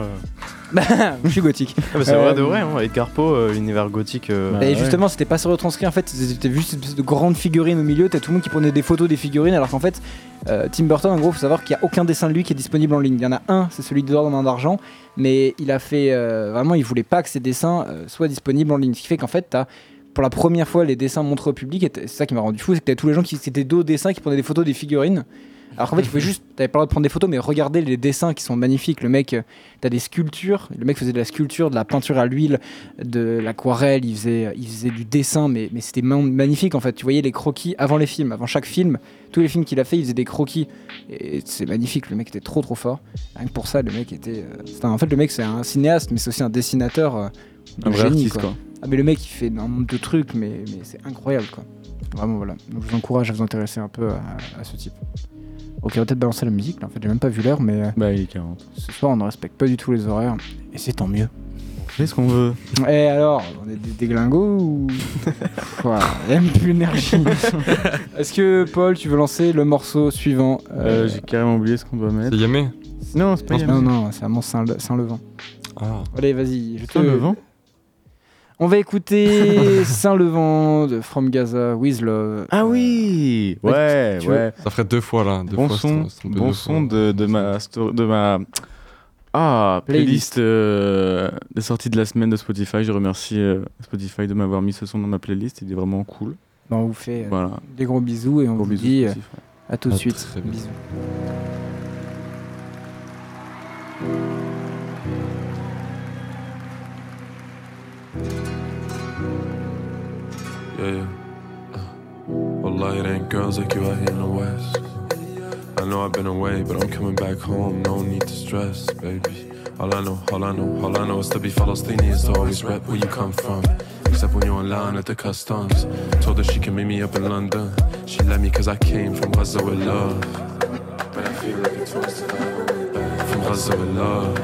S1: euh.
S3: Je suis gothique.
S1: Ah, bah, c'est
S3: Euh,
S1: vrai de vrai, hein. Edgar Poe, euh, univers gothique. euh,
S4: Bah,
S3: et
S4: ouais.
S3: justement, c'était pas retranscrit en fait, c'était juste une espèce de grande figurine au milieu, t'as tout le monde qui prenait des photos des figurines, alors qu'en fait, euh, Tim Burton, en gros, faut savoir qu'il y a aucun dessin de lui qui est disponible en ligne. Il y en a un, c'est celui de d'Or dans Main d'Argent, mais il a fait euh, vraiment, il voulait pas que ses dessins euh, soient disponibles en ligne. Ce qui fait qu'en fait, t'as pour la première fois les dessins montrés au public, et t- c'est ça qui m'a rendu fou, c'est que t'as tous les gens qui c'était dos dessins qui prenaient des photos des figurines. Alors qu'en fait, il pouvait juste, t'avais pas le droit de prendre des photos, mais regarder les dessins qui sont magnifiques. Le mec, euh, t'as des sculptures. Le mec faisait de la sculpture, de la peinture à l'huile, de l'aquarelle. Il faisait, euh, il faisait du dessin, mais, mais c'était ma- magnifique en fait. Tu voyais les croquis avant les films, avant chaque film. Tous les films qu'il a fait, il faisait des croquis. Et c'est magnifique. Le mec était trop trop fort. Rien que pour ça, le mec était. euh, c'était un- en fait, le mec, c'est un cinéaste, mais c'est aussi un dessinateur. euh, de
S4: Un vrai
S3: génie,
S4: artiste,
S3: quoi.
S4: quoi.
S3: Ah mais le mec il fait un nombre de trucs mais, mais c'est incroyable quoi. Vraiment voilà. Donc je vous encourage à vous intéresser un peu à, à ce type. Ok on va peut-être balancer la musique là en fait j'ai même pas vu l'heure mais euh,
S4: Bah, il est 40.
S3: ce soir on ne respecte pas du tout les horaires et c'est tant mieux.
S4: Fais ce qu'on veut.
S3: Et alors on est des, des glingos ou voilà, il y a même plus d'énergie. Est-ce que Paul tu veux lancer le morceau suivant
S4: Euh,
S3: euh,
S4: J'ai carrément oublié ce qu'on doit
S2: C'est
S4: mettre.
S2: Yamé
S4: Non, c'est pas
S3: Non
S4: Yamé.
S3: non c'est à Mont Saint- Saint-Levant.
S2: Ah.
S3: Allez vas-y je te
S4: Putain, le vent.
S3: On va écouter Saint-Levant de From Gaza with Love.
S4: Ah oui Ouais,
S3: tu- tu
S4: ouais.
S2: Ça ferait deux fois là. Deux
S4: Bon
S2: fois,
S4: son,
S2: c'est- c'est deux
S4: bon
S2: fois.
S4: son de, de ma... sto- De ma... Ah,
S3: Playlist.
S4: playlist euh, des sorties de la semaine de Spotify. Je remercie euh, Spotify de m'avoir mis ce son dans ma playlist. Il est vraiment cool.
S3: Bon, on vous fait euh,
S4: Voilà.
S3: des gros bisous et on
S4: Gros
S3: vous
S4: bisous,
S3: dit euh,
S4: Spotify.
S3: à tout de
S2: À
S3: suite.
S2: très bientôt.
S3: Bisous.
S8: Yeah, yeah. Well, it ain't girls like you out here in the West. I know I've been away, but I'm coming back home. No need to stress, baby. All I know, all I know, all I know is to be Palestinian, is to always rep where you come from. Except when you're in line at the customs. Told her she can meet me up in London. She let me cause I came from Gaza with love. But I feel like it's tourist and I went back. From Gaza with love.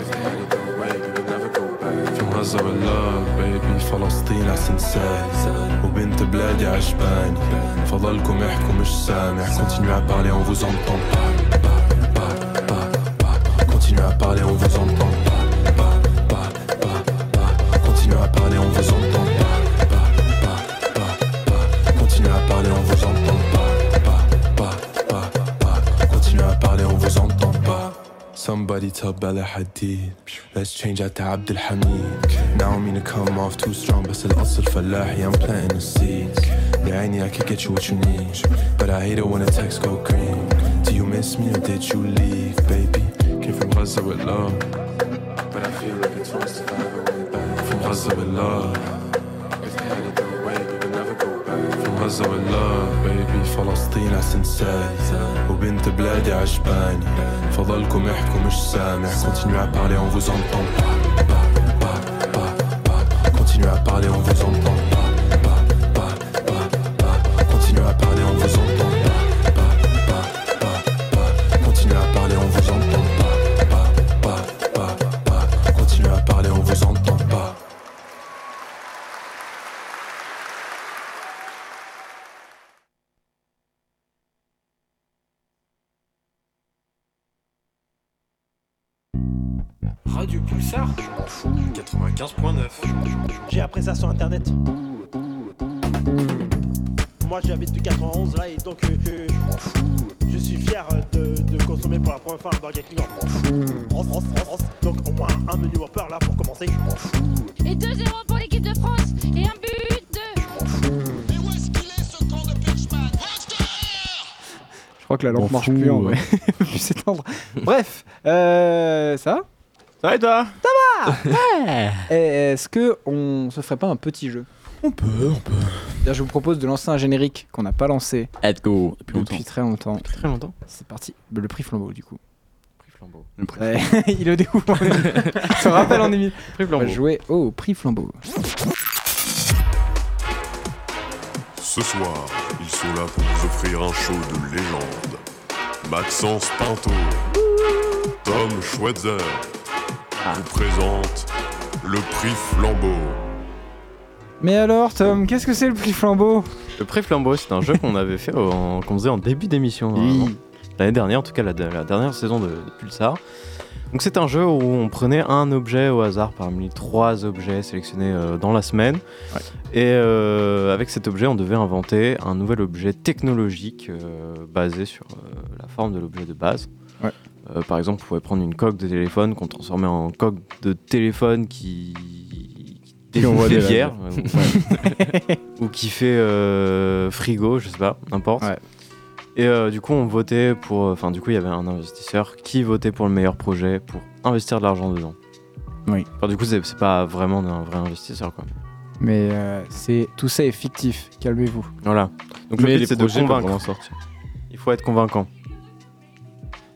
S8: If they had it their way, we would never go back. From Gaza with love, baby. فلسطين أحسن ساعة وبنت بلادي عجباني فضلكم احكوا مش سامع Continue à parler, on vous entend pas pas, pas, pas, pas. Continue à parler, on vous entend pas pas, pas, pas, pas. Continue à parler, on vous entend pas pas, pas, pas, pas. Continue à parler, on vous entend pas pas, pas, pas, pas. Continue à parler, on vous entend pas Somebody tell Bella Hadid Let's change out to Abdul Hamid Now I mean to come off too strong But still أصل فلاحي I'm planting the seeds Yeah, I need I could get you what you need But I hate it when the text go green Do you miss me or did you leave, baby? Came from Gaza with love But I feel like it's tourist if I ever went back From Gaza with love If they had it their way, we would never go back From Gaza with love, baby فلسطين أحسن ساي وبنت بلادي عجباني فضلكم احكوا مش سامع Continue à parler, on vous entend pas Pas, pas, pas, pas Continue à parler, on vous entend pas Pas, pas, pas, pas Continue à parler, on vous entend pas Pas, pas, pas, pas Continue à parler, on vous entend pas Pas, pas, pas, pas Continue à parler, on vous entend pas
S7: Radio Pulsar, je m'en fous.
S8: 95.9
S7: J'ai appris ça sur internet. Moi j'habite du 91 là et donc euh, euh, je m'en fous. Je suis fier euh, de, de consommer pour la première fois un Burger King en France. France, France, France. Donc au moins un menu Whopper là pour commencer. Je m'en fous.
S9: Et 2-0 pour l'équipe de France et un but de.
S3: Je crois que la lampe
S4: M'en
S3: marche
S4: fous,
S3: plus en
S4: ouais.
S3: vrai. Elle peut s'éteindre. Bref, euh, ça va
S4: Ça va et toi
S3: Est-ce que on se ferait pas un petit jeu
S4: On peut, on peut.
S3: D'ailleurs, Je vous propose de lancer un générique qu'on n'a pas lancé
S5: Let's go.
S4: Depuis longtemps.
S3: depuis très longtemps.
S1: Très longtemps.
S3: C'est parti. Le prix flambeau du coup.
S4: Le prix.
S3: Ouais, Il le découvre. Se rappelle en émi.
S1: Très
S3: On va jouer au prix flambeau.
S10: Ce soir, ils sont là pour vous offrir un show de légende. Maxence Pinto, Tom Schweitzer vous présente le prix Flambeau.
S3: Mais alors Tom, qu'est-ce que c'est le prix flambeau
S1: Le pré-flambeau, c'est un jeu qu'on avait fait, en- qu'on faisait en début d'émission. normalement. L'année dernière, en tout cas la, la dernière saison de, de Pulsar. Donc c'est un jeu où on prenait un objet au hasard parmi trois objets sélectionnés euh, dans la semaine. Et euh, avec cet objet, on devait inventer un nouvel objet technologique euh, basé sur euh, la forme de l'objet de base.
S3: Ouais.
S1: Euh, par exemple, on pouvait prendre une coque de téléphone qu'on transformait en coque de téléphone qui,
S4: Qui envoie des
S1: fait bière euh, ou- ou qui fait euh, frigo, je sais pas, n'importe.
S3: Ouais.
S1: Et euh, du coup, on votait pour. euh, Enfin, du coup, il y avait un investisseur qui votait pour le meilleur projet pour investir de l'argent dedans.
S3: Oui.
S1: Enfin, du coup, c'est c'est pas vraiment un vrai investisseur, quoi.
S3: Mais euh, c'est tout ça est fictif, calmez-vous.
S1: Voilà. Donc
S4: Mais
S1: le
S4: les
S1: but, c'est de
S4: projets peuvent
S1: convaincre.
S4: vraiment sortir.
S1: Il faut être convaincant.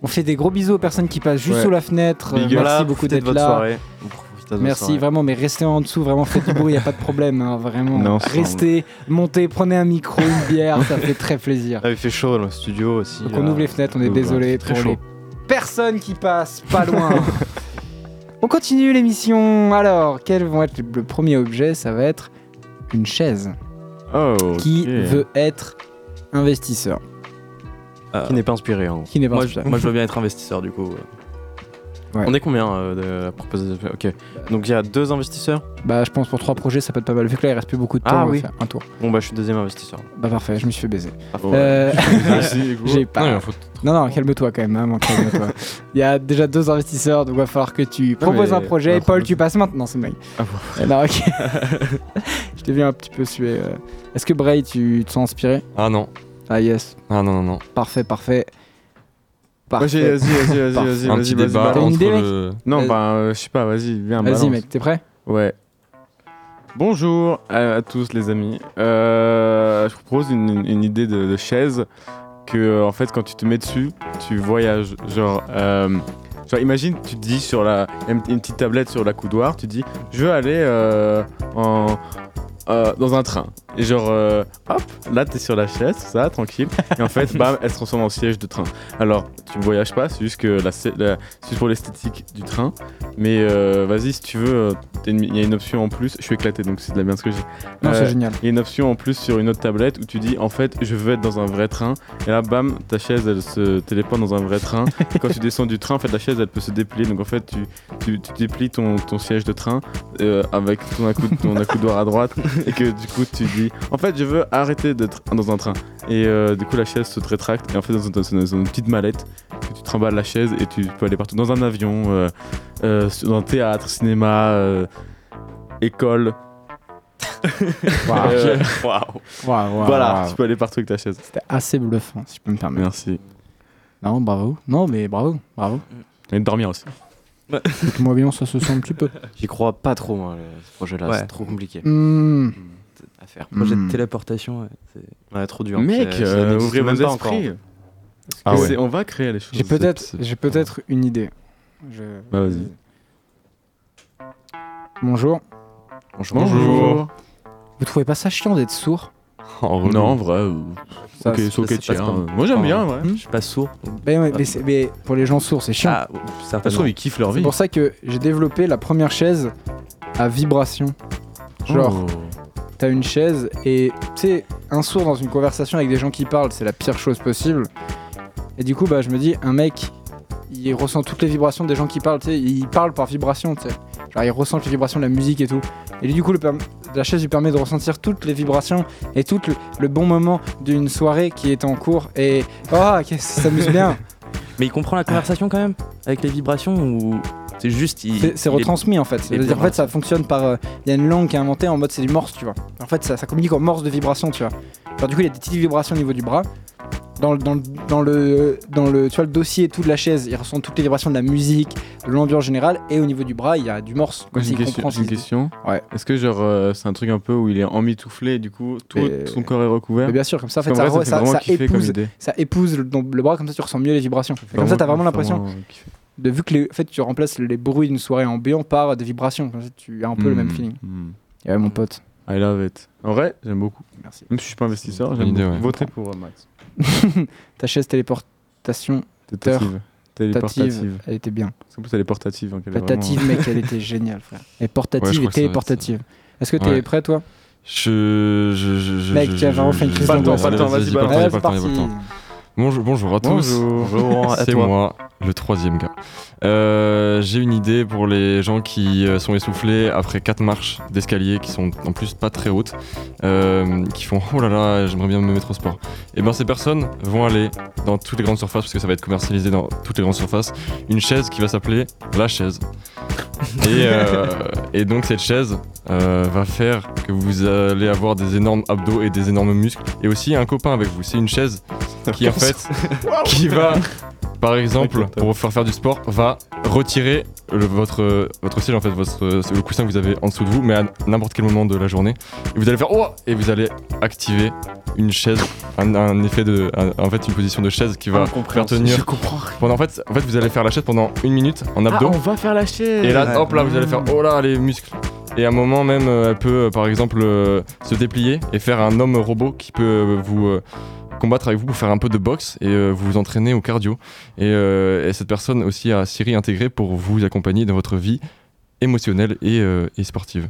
S3: On fait des gros bisous aux personnes qui passent juste
S1: Ouais.
S3: sous la fenêtre. Euh,
S1: Big up. Voilà,
S3: Merci beaucoup
S1: profitez de
S3: d'être
S1: votre
S3: là.
S1: soirée. Vous profitez de votre
S3: Merci
S1: soirée.
S3: vraiment, mais restez en dessous, vraiment faites du bruit, il a pas de problème, hein, vraiment.
S1: Non, c'est
S3: restez, montez, prenez un micro, une bière, ça fait très plaisir.
S1: Ah, il fait chaud dans le studio aussi. euh.
S3: Donc on ouvre les fenêtres, on est désolé
S1: très
S3: pour
S1: chaud.
S3: les personnes qui passent pas loin. on continue l'émission. Alors, quels vont être le premier objet Ça va être une chaise.
S1: Ah,
S4: Oh,
S3: Qui
S4: ok.
S3: veut être investisseur
S1: Qui n'est pas inspiré, hein. en gros.
S3: Qui n'est pas
S5: moi, je,
S3: inspiré.
S5: moi, je veux bien être investisseur du coup.
S1: On est combien euh, de la proposition Ok. Donc il y a deux investisseurs.
S3: Bah, je pense pour trois projets, ça peut être pas mal. Vu que là, il reste plus beaucoup de temps,
S1: Ah
S3: on va
S1: oui. Ah
S3: faire un tour.
S1: Bon bah je suis deuxième investisseur.
S3: Bah, parfait, je me suis fait baiser.
S1: Parfait.
S3: Euh,
S4: Merci, gros.
S3: J'ai
S2: Non, il y a
S3: pas.
S2: un faut-
S3: Non, non, calme-toi quand même, maman, calme-toi. Il y a déjà deux investisseurs, donc va falloir que tu proposes
S4: mais
S3: un projet.
S4: on a
S3: Paul,
S4: proposé.
S3: tu passes maintenant, c'est une blague. Euh, Non, ok. Je t'ai vu un petit peu suer. euh. Est-ce que Bray, tu te sens inspiré
S2: Ah non.
S3: Ah yes,
S2: Ah non, non, non.
S3: parfait, parfait.
S4: Vas-y,
S3: Parfait.
S4: vas-y, vas-y,
S3: Parfait.
S4: vas-y, vas-y,
S2: Un petit
S4: vas-y, vas-y.
S2: débat
S3: T'as une
S4: balance.
S2: entre
S3: idée, mec
S2: le...
S4: Non,
S3: Vas-y.
S4: bah, euh, je sais pas, vas-y, viens, balance.
S3: Vas-y, mec, t'es prêt
S4: Ouais. Bonjour à, à tous les amis. Euh, je vous propose une, une- une idée de, de chaise que euh, en fait quand tu te mets dessus, tu voyages. Genre, euh, genre imagine tu te dis sur la une, une petite tablette sur la coudoir, tu dis je veux aller euh, en euh, dans un train. Et genre, euh, hop, là t'es sur la chaise, ça, tranquille. Et en fait, bam, elle se transforme en siège de train. Alors, tu ne voyages pas, c'est juste que la, sé- la- c'est juste pour l'esthétique du train. Mais euh, vas-y, si tu veux, euh, t'as une- il y a une option en plus. Je suis éclaté, donc c'est de la merde ce que j'ai.
S3: Non,
S4: Euh,
S3: c'est génial.
S4: il y a une option en plus sur une autre tablette où tu dis en fait je veux être dans un vrai train et là bam ta chaise elle se téléporte dans un vrai train Et quand tu descends du train en fait la chaise elle peut se déplier donc en fait tu, tu, tu déplies ton, ton siège de train euh, avec ton, accou- ton accoudoir à droite et que du coup tu dis en fait je veux arrêter d'être dans un train et euh, du coup la chaise se rétracte et en fait dans, une- dans une- dans une petite mallette que tu trimballes la chaise et tu peux aller partout dans un avion euh, euh, sur- dans un théâtre cinéma euh, école
S3: Waouh,
S4: Euh,
S3: waouh, waouh,
S4: voilà,
S3: waouh.
S4: tu peux aller partout avec ta chaise.
S3: C'était assez bluffant, si je peux me permettre.
S4: Merci.
S3: Non, bravo. Non, mais bravo, bravo.
S4: Et de dormir aussi.
S3: Écoute-moi bien, ça se sent un petit peu.
S1: J'y crois pas trop hein, moi, le- ce projet-là.
S5: Ouais.
S1: C'est trop compliqué
S3: Hmm.
S1: à faire.
S5: Projet
S3: Hmm.
S5: de téléportation. ouais, c'est-
S1: Ouais, trop dur.
S4: Mec,
S1: C'est- ça
S4: euh,
S1: n'existe
S4: ouvrez vos
S1: même pas encore.
S4: esprits.
S2: Ah ouais.
S4: C'est- On va créer les choses.
S3: J'ai peut-être,
S4: C'est-
S3: j'ai peut-être une idée. Je-
S4: Bah, vas-y.
S3: Bonjour.
S1: Bonjour.
S4: Bonjour.
S3: Vous trouvez pas ça chiant d'être sourd
S2: En relou.
S4: Non, en vrai. euh,
S3: Ça,
S4: ok,
S3: c'est-
S4: c'est ok,
S5: ça se
S4: tiens.
S5: passe pas.
S4: Moi j'aime bien, en vrai.
S3: hmm,
S5: Je suis pas sourd. donc-
S3: Ben
S4: Ah.
S3: ouais, mais, c'est- mais pour les gens sourds, c'est chiant.
S5: Ah,
S4: Ça se trouve,
S5: certainement.
S4: ils kiffent leur
S3: c'est
S4: vie.
S3: pour ça que j'ai développé la première chaise à vibration. Genre,
S4: Oh.
S3: t'as une chaise et tu sais, un sourd dans une conversation avec des gens qui parlent, c'est la pire chose possible. Et du coup, bah, je me dis, un mec, il ressent toutes les vibrations des gens qui parlent, tu sais, il parle par vibration, tu sais. Genre, il ressent les vibrations de la musique et tout. Et du coup, le perm- la chaise lui permet de ressentir toutes les vibrations et tout le, le bon moment d'une soirée qui est en cours. Et oh, qu'est-ce qu'il s'amuse bien!
S5: Mais il comprend la conversation quand même Avec les vibrations ou. C'est juste. il-
S3: C'est- C'est
S5: il est-
S3: retransmis en fait. C'est-à-dire en fait ça fonctionne par. euh, Il y a une langue qui est inventée en mode c'est du morse, tu vois. En fait ça, ça communique en morse de vibration, tu vois. Alors du coup il y a des petites vibrations au niveau du bras. Dans, le- dans, le- dans, le, dans le, tu vois, le dossier et tout de la chaise, il ressent toutes les vibrations de la musique, de l'ambiance générale, et au niveau du bras, il y a du morse.
S4: Moi
S3: Comme
S4: j'ai
S3: ça,
S4: une
S3: il
S4: question.
S3: comprend
S4: j'ai une
S3: ce qu'il-
S4: question.
S3: Ouais.
S4: Est-ce que genre euh, c'est un truc un peu où il est emmitouflé et du coup tout
S3: Mais-
S4: son corps est recouvert
S3: Mais Eh bien sûr, comme ça, en fait,
S4: Parce
S3: ça,
S4: qu'en vrai,
S3: re-
S4: fait
S3: ça,
S4: vraiment
S3: ça
S4: kiffer comme
S3: épouse,
S4: idée.
S3: ça épouse le, dans le bras, comme ça tu ressens mieux les vibrations. Et comme ça, t'as vraiment l'impression.
S4: vraiment kiffer.
S3: De, vu que les- en fait, tu remplaces les bruits d'une soirée ambiant par des vibrations, comme ça, tu as un peu le même
S4: Mm,
S3: feeling.
S4: mm.
S3: Et ouais, mon pote.
S4: I love it. En vrai, j'aime beaucoup.
S3: Merci.
S4: Même si je suis pas investisseur,
S2: une
S4: j'aime
S2: idée,
S4: beaucoup.
S2: ouais.
S4: Votez pour euh, Max.
S3: Ta chaise téléportation
S4: Tétative.
S3: Portative,
S4: Téléportative.
S3: elle était bien.
S4: Parce qu'en plus, elle est portative. donc elle est
S3: Patative, mec, elle était géniale, frère. Et
S2: Ouais, je
S3: portative
S2: crois
S3: et
S2: que ça va être
S3: téléportative. Est-ce que t'es
S2: Ouais.
S3: prêt, toi
S2: Je. je, je, je
S3: Mec,
S2: je-
S3: tu vas vraiment
S2: je-
S3: faire une
S2: je-
S3: crise
S4: Pas le temps,
S2: je-
S4: pas le temps,
S2: vas-y,
S4: vas-y,
S2: pas le temps,
S4: balance.
S2: il
S3: Allez,
S2: y a pas le temps, il y a pas le temps. Bonjour, bonjour à tous.
S4: Bonjour.
S1: Bonjour à
S2: C'est
S1: toi.
S2: moi, le troisième gars. Euh, J'ai une idée pour les gens qui euh, sont essoufflés après quatre marches d'escalier qui sont en plus pas très hautes, euh, qui font oh là là, j'aimerais bien me mettre au sport. Et ben ces personnes vont aller dans toutes les grandes surfaces parce que ça va être commercialisé dans toutes les grandes surfaces. Une chaise qui va s'appeler la chaise. et, euh, et donc cette chaise euh, va faire que vous allez avoir des énormes abdos et des énormes muscles et aussi un copain avec vous. C'est une chaise qui en fait, qui va, par exemple, pour vous faire faire du sport, va retirer le- votre euh, votre siège en fait, votre euh, le coussin que vous avez en dessous de vous, mais à n'importe quel moment de la journée, et vous allez faire oh et vous allez activer une chaise, un, un effet de, un- en fait, une position de chaise qui va faire
S4: Incompréhensible.
S2: tenir.
S4: Je comprends rien.
S2: Pendant en fait, en fait, vous allez faire la chaise pendant une minute en
S4: Ah,
S2: abdos.
S4: on va faire la chaise.
S2: Et là, hop là, vous allez faire oh là les muscles. Et à un moment même, euh, elle peut euh, par exemple euh, se déplier et faire un homme robot qui peut euh, vous euh, combattre avec vous pour faire un peu de boxe et euh, vous vous entraîner au cardio. Et, euh, et cette personne aussi a Siri intégrée pour vous accompagner dans votre vie émotionnelle et, euh, et sportive.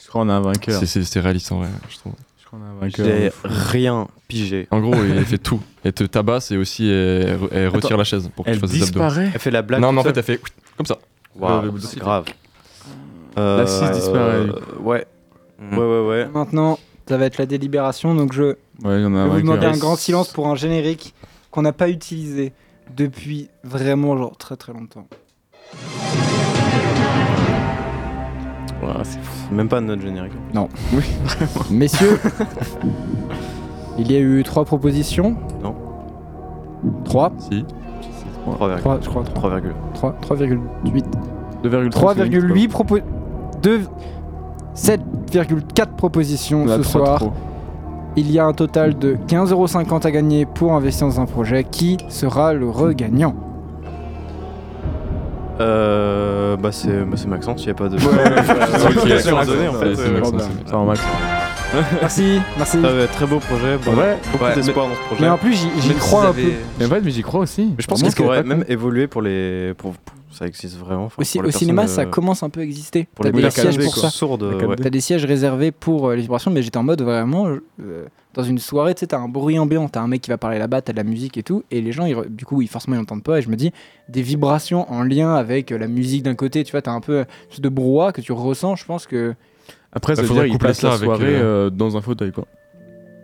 S4: Je crois qu'on a un vainqueur.
S2: C'est- C'est c'est réaliste en vrai, je trouve.
S4: euh,
S1: J'ai rien pigé.
S2: En gros, elle fait tout. Elle te tabasse et aussi elle, elle retire
S4: Attends,
S2: la chaise pour que tu
S4: Elle
S2: fasses des abdos.
S4: disparaît.
S1: Elle fait la blague.
S2: Non, mais en
S1: toute
S2: fait, elle fait comme ça.
S1: seule. Waouh,
S4: Euh, le-
S1: c'est grave. Euh,
S4: La scie disparaît.
S1: Ouais. Ouais, ouais, ouais.
S3: Maintenant, ça va être la délibération, donc je
S4: Ouais, il y en
S2: Ah,
S4: a
S3: vais
S4: un
S3: vous demander
S4: vainqueur.
S3: un grand silence pour un générique qu'on n'a pas utilisé depuis vraiment genre très très longtemps.
S1: Ouah, c'est fou. Même pas notre générique.
S3: Messieurs, il y a eu trois propositions.
S1: Non.
S3: Trois
S2: Si.
S1: 3,8.
S3: Trois, je crois. trois. Trois- 3,8.
S4: 2,35.
S3: 3,8 propos... 2... 7,4 propositions
S4: On a
S3: ce
S4: trois
S3: soir.
S4: trop.
S3: Il y a un total de 15,50€ à gagner pour investir dans un projet. Qui sera le regagnant
S1: Euh. Bah, c'est bah, c'est Maxence, il a pas de.
S2: Ok,
S1: Ouais,
S2: d'accord.
S1: raisonné, en fait,
S2: C'est
S1: euh,
S2: Maxence,
S1: Robert.
S2: c'est Maxence.
S4: Ça va, Max.
S3: Merci, merci.
S1: Ah ouais, très beau projet. bon,
S4: Ouais.
S1: Beaucoup
S5: Ouais,
S1: d'espoir dans ce projet.
S3: Mais en plus, j'y- j'y
S5: Même
S3: crois
S5: s'ils
S3: un peu.
S5: avaient-
S4: Mais en fait, mais j'y crois aussi.
S1: Mais je pense
S4: Vraiment
S1: que ça aurait
S4: pas
S1: même évolué pour les. Pour... pour- Ça existe vraiment. enfin,
S3: Au, ci-
S1: pour les
S3: au cinéma,
S1: personnes,
S3: ça
S1: euh,
S3: commence un peu à exister.
S1: Pour
S3: T'as
S1: les
S3: des
S1: personnes
S3: sièges pour ça.
S1: sourdes, sourdes.
S4: La 4D.
S1: ouais.
S3: T'as des sièges réservés pour euh, les vibrations, mais j'étais en mode vraiment euh, dans une soirée, tu sais, t'as un bruit ambiant, t'as un mec qui va parler là-bas, t'as de la musique et tout, et les gens, ils re- du coup, ils, forcément, ils n'entendent pas. Et je me dis, des vibrations en lien avec euh, la musique d'un côté, tu vois, t'as un peu euh, une sorte de brouhaha que tu ressens. Je pense que
S4: Après, ça
S2: Bah,
S4: veut
S2: faudrait
S4: dire qu'il
S2: coupler
S4: passe
S2: ça
S4: la
S2: avec,
S4: soirée
S2: euh,
S4: euh, dans un fauteuil, quoi.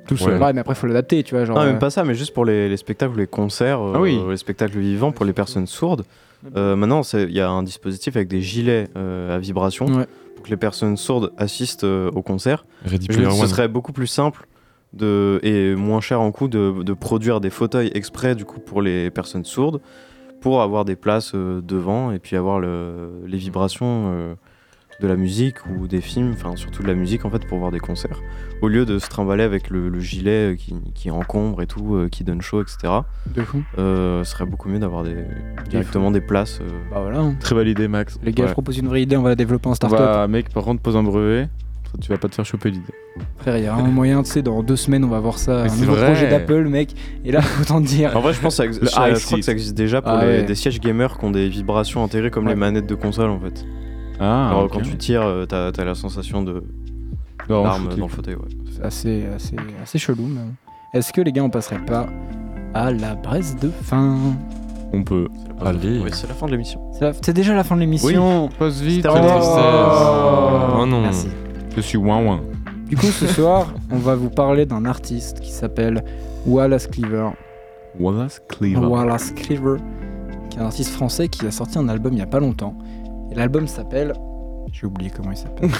S4: Tout
S2: Ouais.
S4: seul.
S3: Ouais, mais après, faut l'adapter, tu vois. Genre,
S1: Non,
S3: euh,
S1: même pas ça, mais juste pour les, les spectacles ou les concerts, euh,
S4: Ah oui.
S1: les spectacles vivants pour les personnes sourdes.
S3: bah.
S1: Euh, maintenant, c'est- il y a un dispositif avec des gilets euh, à vibration
S3: Ouais.
S1: pour que les personnes sourdes assistent euh, au concert.
S2: Ready
S1: Je me
S2: Player
S1: dis, ce
S2: One.
S1: serait beaucoup plus simple de, et moins cher en coût de, de produire des fauteuils exprès du coup pour les personnes sourdes pour avoir des places euh, devant et puis avoir le- les vibrations euh, de la musique ou des films, enfin surtout de la musique en fait pour voir des concerts au lieu de se trimballer avec le, le gilet euh, qui, qui encombre et tout, euh, qui donne chaud, etc.
S3: de fou.
S1: Euh, ce serait beaucoup mieux d'avoir des, directement des places. euh.
S3: Bah voilà. hein.
S4: Très validé, Max.
S3: Les gars,
S4: Ouais.
S3: je propose une vraie idée, on va la développer en start-up.
S4: Bah, mec, par contre, pose un brevet. Ça, Tu vas pas te faire choper l'idée.
S3: Frère, il y a un moyen, tu sais, dans deux semaines, on va voir ça. Un
S4: Mais c'est
S3: nouveau
S4: vrai.
S3: projet d'Apple, mec. Et là, autant te dire.
S1: En vrai, je pense que ça, ex- ah, je-
S4: Le
S1: je crois
S4: high-seat.
S1: que ça existe déjà pour
S3: Ah
S1: les-
S3: ouais.
S1: des sièges gamers qui ont des vibrations intégrées comme
S3: Ouais.
S1: les manettes de console en fait.
S4: Ah,
S1: Alors
S4: ok.
S1: quand tu tires, euh, t'as t'as la sensation de
S4: Non,
S1: l'arme
S4: foutu.
S1: dans le fauteuil. ouais.
S3: C'est assez, assez, assez chelou, même. Est-ce que les gars, on passerait pas à la braise de fin
S4: On peut.
S2: Allez.
S1: Ouais, c'est la fin de l'émission.
S3: C'est la- C'est déjà la fin de l'émission.
S4: Pose vite. euh,
S1: C'est
S2: Quelle
S1: Oh.
S2: tristesse. Oh non.
S3: Merci.
S4: Je suis ouin ouin.
S3: Du coup, ce soir, on va vous parler d'un artiste qui s'appelle Wallace Cleaver.
S4: Wallace Cleaver.
S3: Wallace Cleaver, qui est un artiste français qui a sorti un album il y a pas longtemps. Et l'album s'appelle. J'ai oublié comment il s'appelle.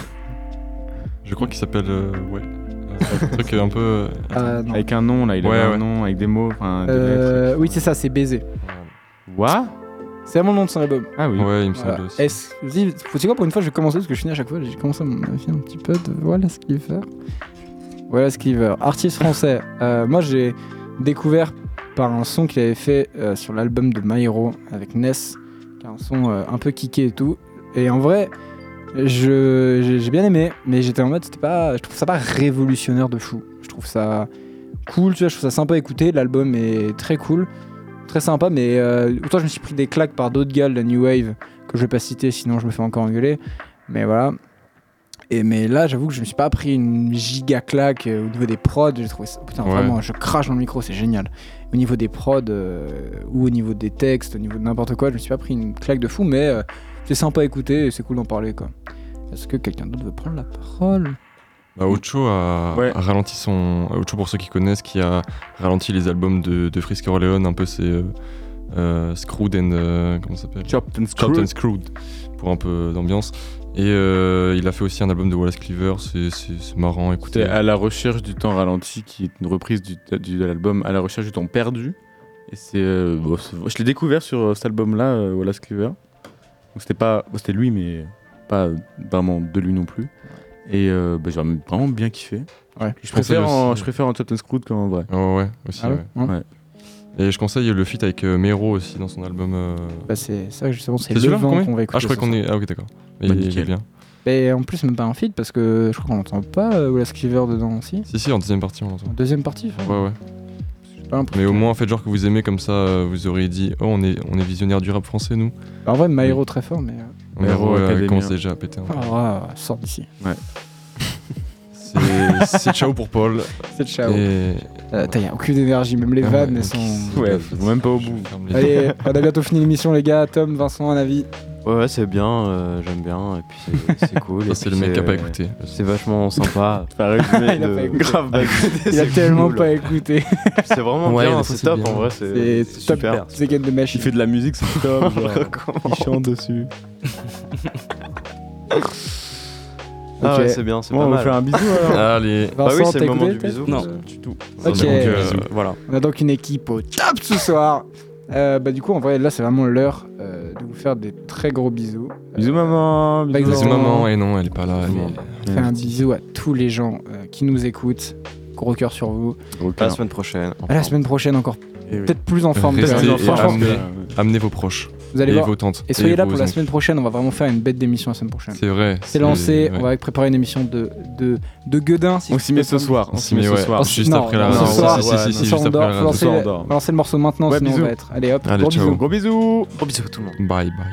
S2: Je crois qu'il s'appelle. euh, ouais. Euh, un truc un peu. euh,
S3: Ah, non.
S4: Avec un nom là, il
S2: Ouais,
S4: avait
S2: ouais.
S4: un nom, avec des mots, enfin. des
S3: Euh,
S4: lettres.
S3: oui, c'est ça, c'est Baiser.
S4: What
S3: C'est vraiment le nom de son album.
S4: Ah oui.
S2: Ouais, il me semble
S3: Voilà.
S2: aussi.
S3: Est-ce dis- c'est quoi pour une fois je vais commencer parce que je finis à chaque fois j'ai commencé à mon avis un petit peu de voilà ce qu'il veut. Voilà ce qu'il veut. Artiste français. Euh, moi j'ai découvert par un son qu'il avait fait euh, sur l'album de My Hero avec Ness, qui est un son euh, un peu kické et tout. Et en vrai, je j'ai j'ai bien aimé, mais j'étais en mode c'était pas, je trouve ça pas révolutionnaire de fou. Je trouve ça cool, tu vois, je trouve ça sympa à écouter. L'album est très cool, très sympa, mais euh, autant je me suis pris des claques par d'autres gars de la New Wave que je vais pas citer sinon je me fais encore engueuler mais voilà et mais là j'avoue que je me suis pas pris une giga claque euh, au niveau des prods j'ai trouvé ça- putain
S2: Ouais.
S3: vraiment je crache dans le micro c'est génial au niveau des prods euh, ou au niveau des textes au niveau de n'importe quoi je me suis pas pris une claque de fou mais euh, c'est sympa à écouter et c'est cool d'en parler quoi est-ce que quelqu'un d'autre veut prendre la parole
S2: Bah, Ocho a,
S4: Ouais.
S2: a ralenti son. Ocho, pour ceux qui connaissent, qui a ralenti les albums de, de Frisk Orleans, un peu ses. euh, euh, screwed and. euh, comment ça s'appelle
S4: Chopped and
S2: Chopped
S4: Screwed.
S2: and Screwed, pour un peu d'ambiance. Et euh, il a fait aussi un album de Wallace Cleaver, c'est- c'est c'est marrant, écoutez.
S4: C'était à la recherche du temps ralenti, qui est une reprise du, du- de l'album À la recherche du temps perdu. Et c'est, euh, bon, c'est- je l'ai découvert sur euh, cet album-là, euh, Wallace Cleaver. Donc c'était pas, bon, c'était lui, mais pas vraiment de lui non plus. Et euh, bah, j'ai vraiment bien kiffé.
S3: Ouais.
S2: Conseil
S4: Je préfère, en,
S2: aussi.
S4: je préfère en Captain Scrooge qu'en vrai.
S2: Oh ouais, aussi.
S3: Ah ouais
S2: ouais.
S3: Hein
S4: Ouais.
S2: Et je conseille le feat avec euh, Mero aussi dans son album. euh,
S3: Bah, c'est ça justement, c'est
S2: C'est
S3: le
S2: celui-là
S3: vent
S2: combien
S3: qu'on va écouter.
S2: Ah, je crois
S3: ce
S2: qu'on
S3: soir.
S2: est. Ah, ok, d'accord. Mais
S4: Bah,
S2: il- il est
S4: nickel.
S2: bien.
S3: Mais en plus, même pas un feed parce que je crois qu'on n'entend pas euh, Wallace Cleaver dedans aussi.
S2: Si, si, en deuxième partie, on
S3: En
S2: l'entend.
S3: deuxième partie, enfin,
S2: Ouais, ouais.
S3: j'ai pas l'impression.
S2: Mais au moins, faites genre que vous aimez, comme ça, euh, vous auriez dit Oh, on est, on est visionnaire du rap français, nous.
S3: En vrai, Myro très fort, mais. euh,
S2: Mero
S4: Mero Academia.
S2: commence déjà hein. à péter. un peu.
S3: hein. Ah, sort d'ici.
S2: C'est- C'est ciao pour Paul.
S3: C'est ciao.
S2: Et...
S3: Euh, T'as y a aucune énergie, même les
S2: Ah ouais,
S3: vannes,
S2: ok.
S3: elles sont.
S4: Ouais, même pas au
S2: Je
S4: bout.
S2: ferme les yeux.
S3: Allez, on a bientôt fini l'émission, les gars. Tom, Vincent, un avis.
S1: Ouais, ouais, c'est bien, euh, j'aime bien, et puis c'est- c'est cool.
S2: Ça,
S1: et
S2: c'est le
S1: puis
S2: mec qui a pas
S1: euh,
S2: écouté.
S1: C'est vachement sympa.
S4: Enfin, résumé
S3: Il a
S4: de-
S3: pas écouté.
S1: Grave, bah, écoutez,
S3: Il a
S1: c'est
S3: tellement
S1: cool.
S3: pas écouté.
S1: C'est vraiment
S5: Ouais,
S1: bien,
S5: des fois,
S1: c'est
S5: c'est
S1: top
S5: bien.
S1: en vrai,
S3: C'est
S1: c'est c'est
S3: top.
S1: super.
S3: C'est Game de Machine.
S4: Il fait de la musique, c'est top. genre, il chante dessus.
S1: Ah ouais,
S3: Ok.
S1: c'est bien, c'est
S4: Bon,
S1: pas
S4: on va
S1: mal.
S4: faire un bisou
S2: Ah.
S4: alors.
S2: Allez.
S1: Bah oui,
S3: Vincent,
S1: c'est
S3: t'as
S1: le moment
S3: écouté
S1: du
S3: peut-être
S1: bisou.
S5: Non.
S1: parce que-
S4: Du tout.
S3: Ok.
S2: Donc, euh,
S5: Voilà.
S3: On a donc une équipe au top ce soir. Euh, bah du coup en vrai là c'est vraiment l'heure euh, de vous faire des très gros bisous. Euh,
S4: Bisous maman.
S3: Bah,
S2: C'est
S3: Exactement.
S2: maman, et Eh non, elle est pas là. elle est-
S3: on fait un bisou à tous les gens euh, qui nous écoutent. Gros cœur sur vous.
S1: À la
S4: Bah,
S1: semaine prochaine.
S3: À la semaine prochaine encore peut-être plus en forme.
S2: Eh Restez
S3: Peut-être plus en
S2: et
S3: forme.
S2: amenez- Amenez vos proches
S3: Vous allez
S2: et
S3: voir.
S2: vos tantes.
S3: Et soyez là
S2: vos
S3: pour la
S2: oncles.
S3: semaine prochaine. On va vraiment faire une bête d'émission la semaine prochaine.
S2: C'est vrai.
S3: C'est lancé.
S2: ouais.
S3: On va préparer une émission de de de gueudin. si
S4: On
S3: je
S4: s'y
S3: peux
S4: met ce
S3: me permettre.
S4: soir.
S2: On s'y met, ouais.
S4: ce soir.
S2: Juste
S3: Non,
S2: après la
S4: non,
S2: radio.
S4: ce soir,
S2: si,
S4: ouais,
S2: si,
S4: non,
S2: si,
S3: Ce soir,
S2: juste
S3: on
S2: après
S3: dort.
S2: la
S3: Faut lancer
S2: radio.
S4: soir, on
S3: le-
S4: dort.
S3: faut lancer le morceau maintenant,
S4: Ouais,
S3: sinon on
S4: bisous.
S3: va être. Allez hop,
S2: Allez,
S3: gros
S2: ciao.
S3: bisous.
S4: Gros bisous.
S1: Gros bisous à tout le monde.
S2: Bye bye.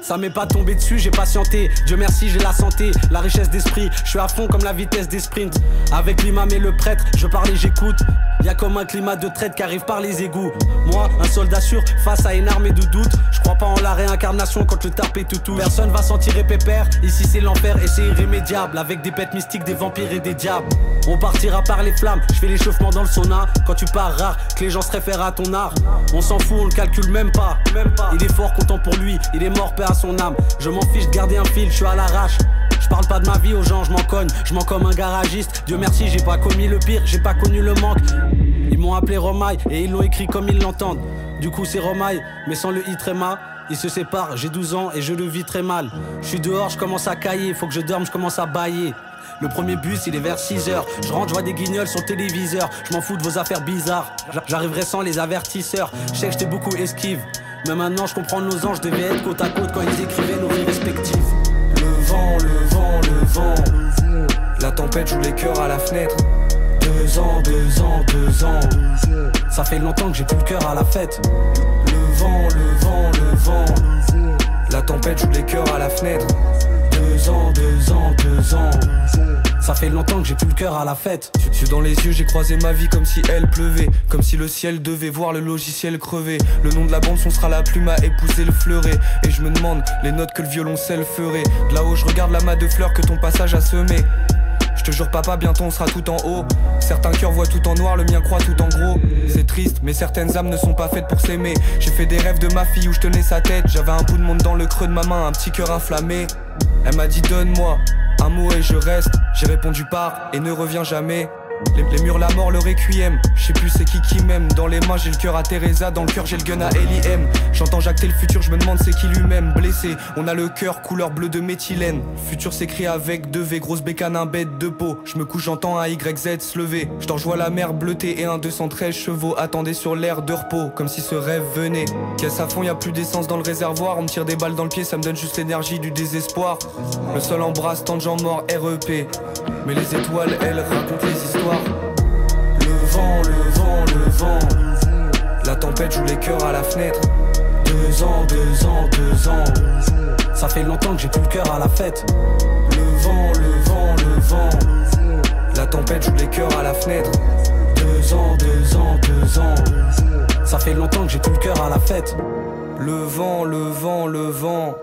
S11: Ça m'est pas tombé dessus, j'ai patienté. Dieu merci, j'ai la santé, la richesse d'esprit. Je suis à fond comme la vitesse des sprints. Avec l'imam et le prêtre, je parle et j'écoute. Y a comme un climat de traite qui arrive par les égouts. Moi, un soldat sûr face à une armée de doutes. Je crois pas en la réincarnation quand le tarpé te touche. Personne va s'en tirer pépère. Ici c'est l'enfer et c'est irrémédiable. Avec des bêtes mystiques, des vampires et des diables. On partira par les flammes. Je fais l'échauffement dans le sauna. Quand tu pars rare, que les gens se réfèrent à ton art. On s'en fout, on le calcule même pas. Il est fort, content pour lui. Il est mort, paix à son âme. Je m'en fiche de garder un fil, je suis à l'arrache. Je parle pas de ma vie aux gens, je m'en cogne, je m'en comme un garagiste. Dieu merci, j'ai pas commis le pire, j'ai pas connu le manque. Ils m'ont appelé Romaille et ils l'ont écrit comme ils l'entendent. Du coup, c'est Romaille, mais sans le i tréma. Ils se séparent, j'ai 12 ans et je le vis très mal. Je suis dehors, je commence à cailler, faut que je dorme, je commence à bailler. Le premier bus, il est vers 6h. Je rentre, je vois des guignols sur le téléviseur. Je m'en fous de vos affaires bizarres. J'a- J'arriverai sans les avertisseurs. Je sais que j'étais beaucoup esquive. Mais maintenant, je comprends nos anges devaient être côte à côte quand ils écrivaient nos vies respectives. Le vent, le vent, le vent. La tempête joue les cœurs à la fenêtre. Deux ans, deux ans, deux ans. Ça fait longtemps que j'ai plus le cœur à la fête. Le vent, le vent, le vent. La tempête joue les cœurs à la fenêtre. Deux ans, deux ans, deux ans. Ça fait longtemps que j'ai plus le cœur à la fête.
S12: Je suis dans les yeux, j'ai croisé ma vie comme si elle pleuvait. Comme si le ciel devait voir le logiciel crever. Le nom de la bande, son sera la plume à épouser le fleuret. Et je me demande les notes que le violoncelle ferait. De là-haut, je regarde l'amas de fleurs que ton passage a semé. Je te jure papa bientôt on sera tout en haut Certains cœurs voient tout en noir, le mien croit tout en gros C'est triste mais certaines âmes ne sont pas faites pour s'aimer J'ai fait des rêves de ma fille où je tenais sa tête J'avais un bout de monde dans le creux de ma main, un petit cœur inflammé Elle m'a dit donne-moi un mot et je reste J'ai répondu pars et ne reviens jamais les, les murs, la mort, le requiem. Je sais plus c'est qui qui m'aime. Dans les mains, j'ai le cœur à Teresa. Dans le cœur, j'ai le gun à Ellie M. J'entends jacter le futur, je me demande c'est qui lui-même. Blessé, on a le cœur couleur bleu de méthylène. Futur s'écrit avec deux V, grosse bécane, un bête de peau. Je me couche, j'entends un YZ se lever. Je vois la mer bleutée et un 213 chevaux. Attendez sur l'air de repos, comme si ce rêve venait. Caisse à fond, y a plus d'essence dans le réservoir. On me tire des balles dans le pied, ça me donne juste l'énergie du désespoir. Le sol embrasse tant de gens morts, REP. Mais les étoiles, elles racontent les histoires. Le vent, le vent, le vent. La tempête joue les cœurs à la fenêtre.
S11: Deux ans, deux ans, deux ans. Ça fait longtemps que j'ai plus le cœur à la fête.
S12: Le vent, le vent, le vent. La tempête joue les cœurs à la fenêtre.
S11: Deux ans, deux ans, deux ans. Ça fait longtemps que j'ai plus le cœur à la fête.
S13: Le vent, le vent, le vent.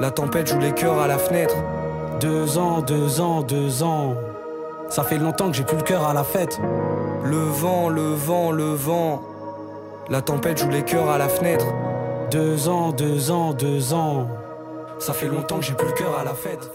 S13: La tempête joue les cœurs à la fenêtre.
S14: Deux ans, deux ans, deux ans. Ça fait longtemps que j'ai plus le cœur à la fête.
S13: Le vent, le vent, le vent. La tempête joue les cœurs à la fenêtre.
S14: Deux ans, deux ans, deux ans.
S13: Ça fait longtemps que j'ai plus le cœur à la fête.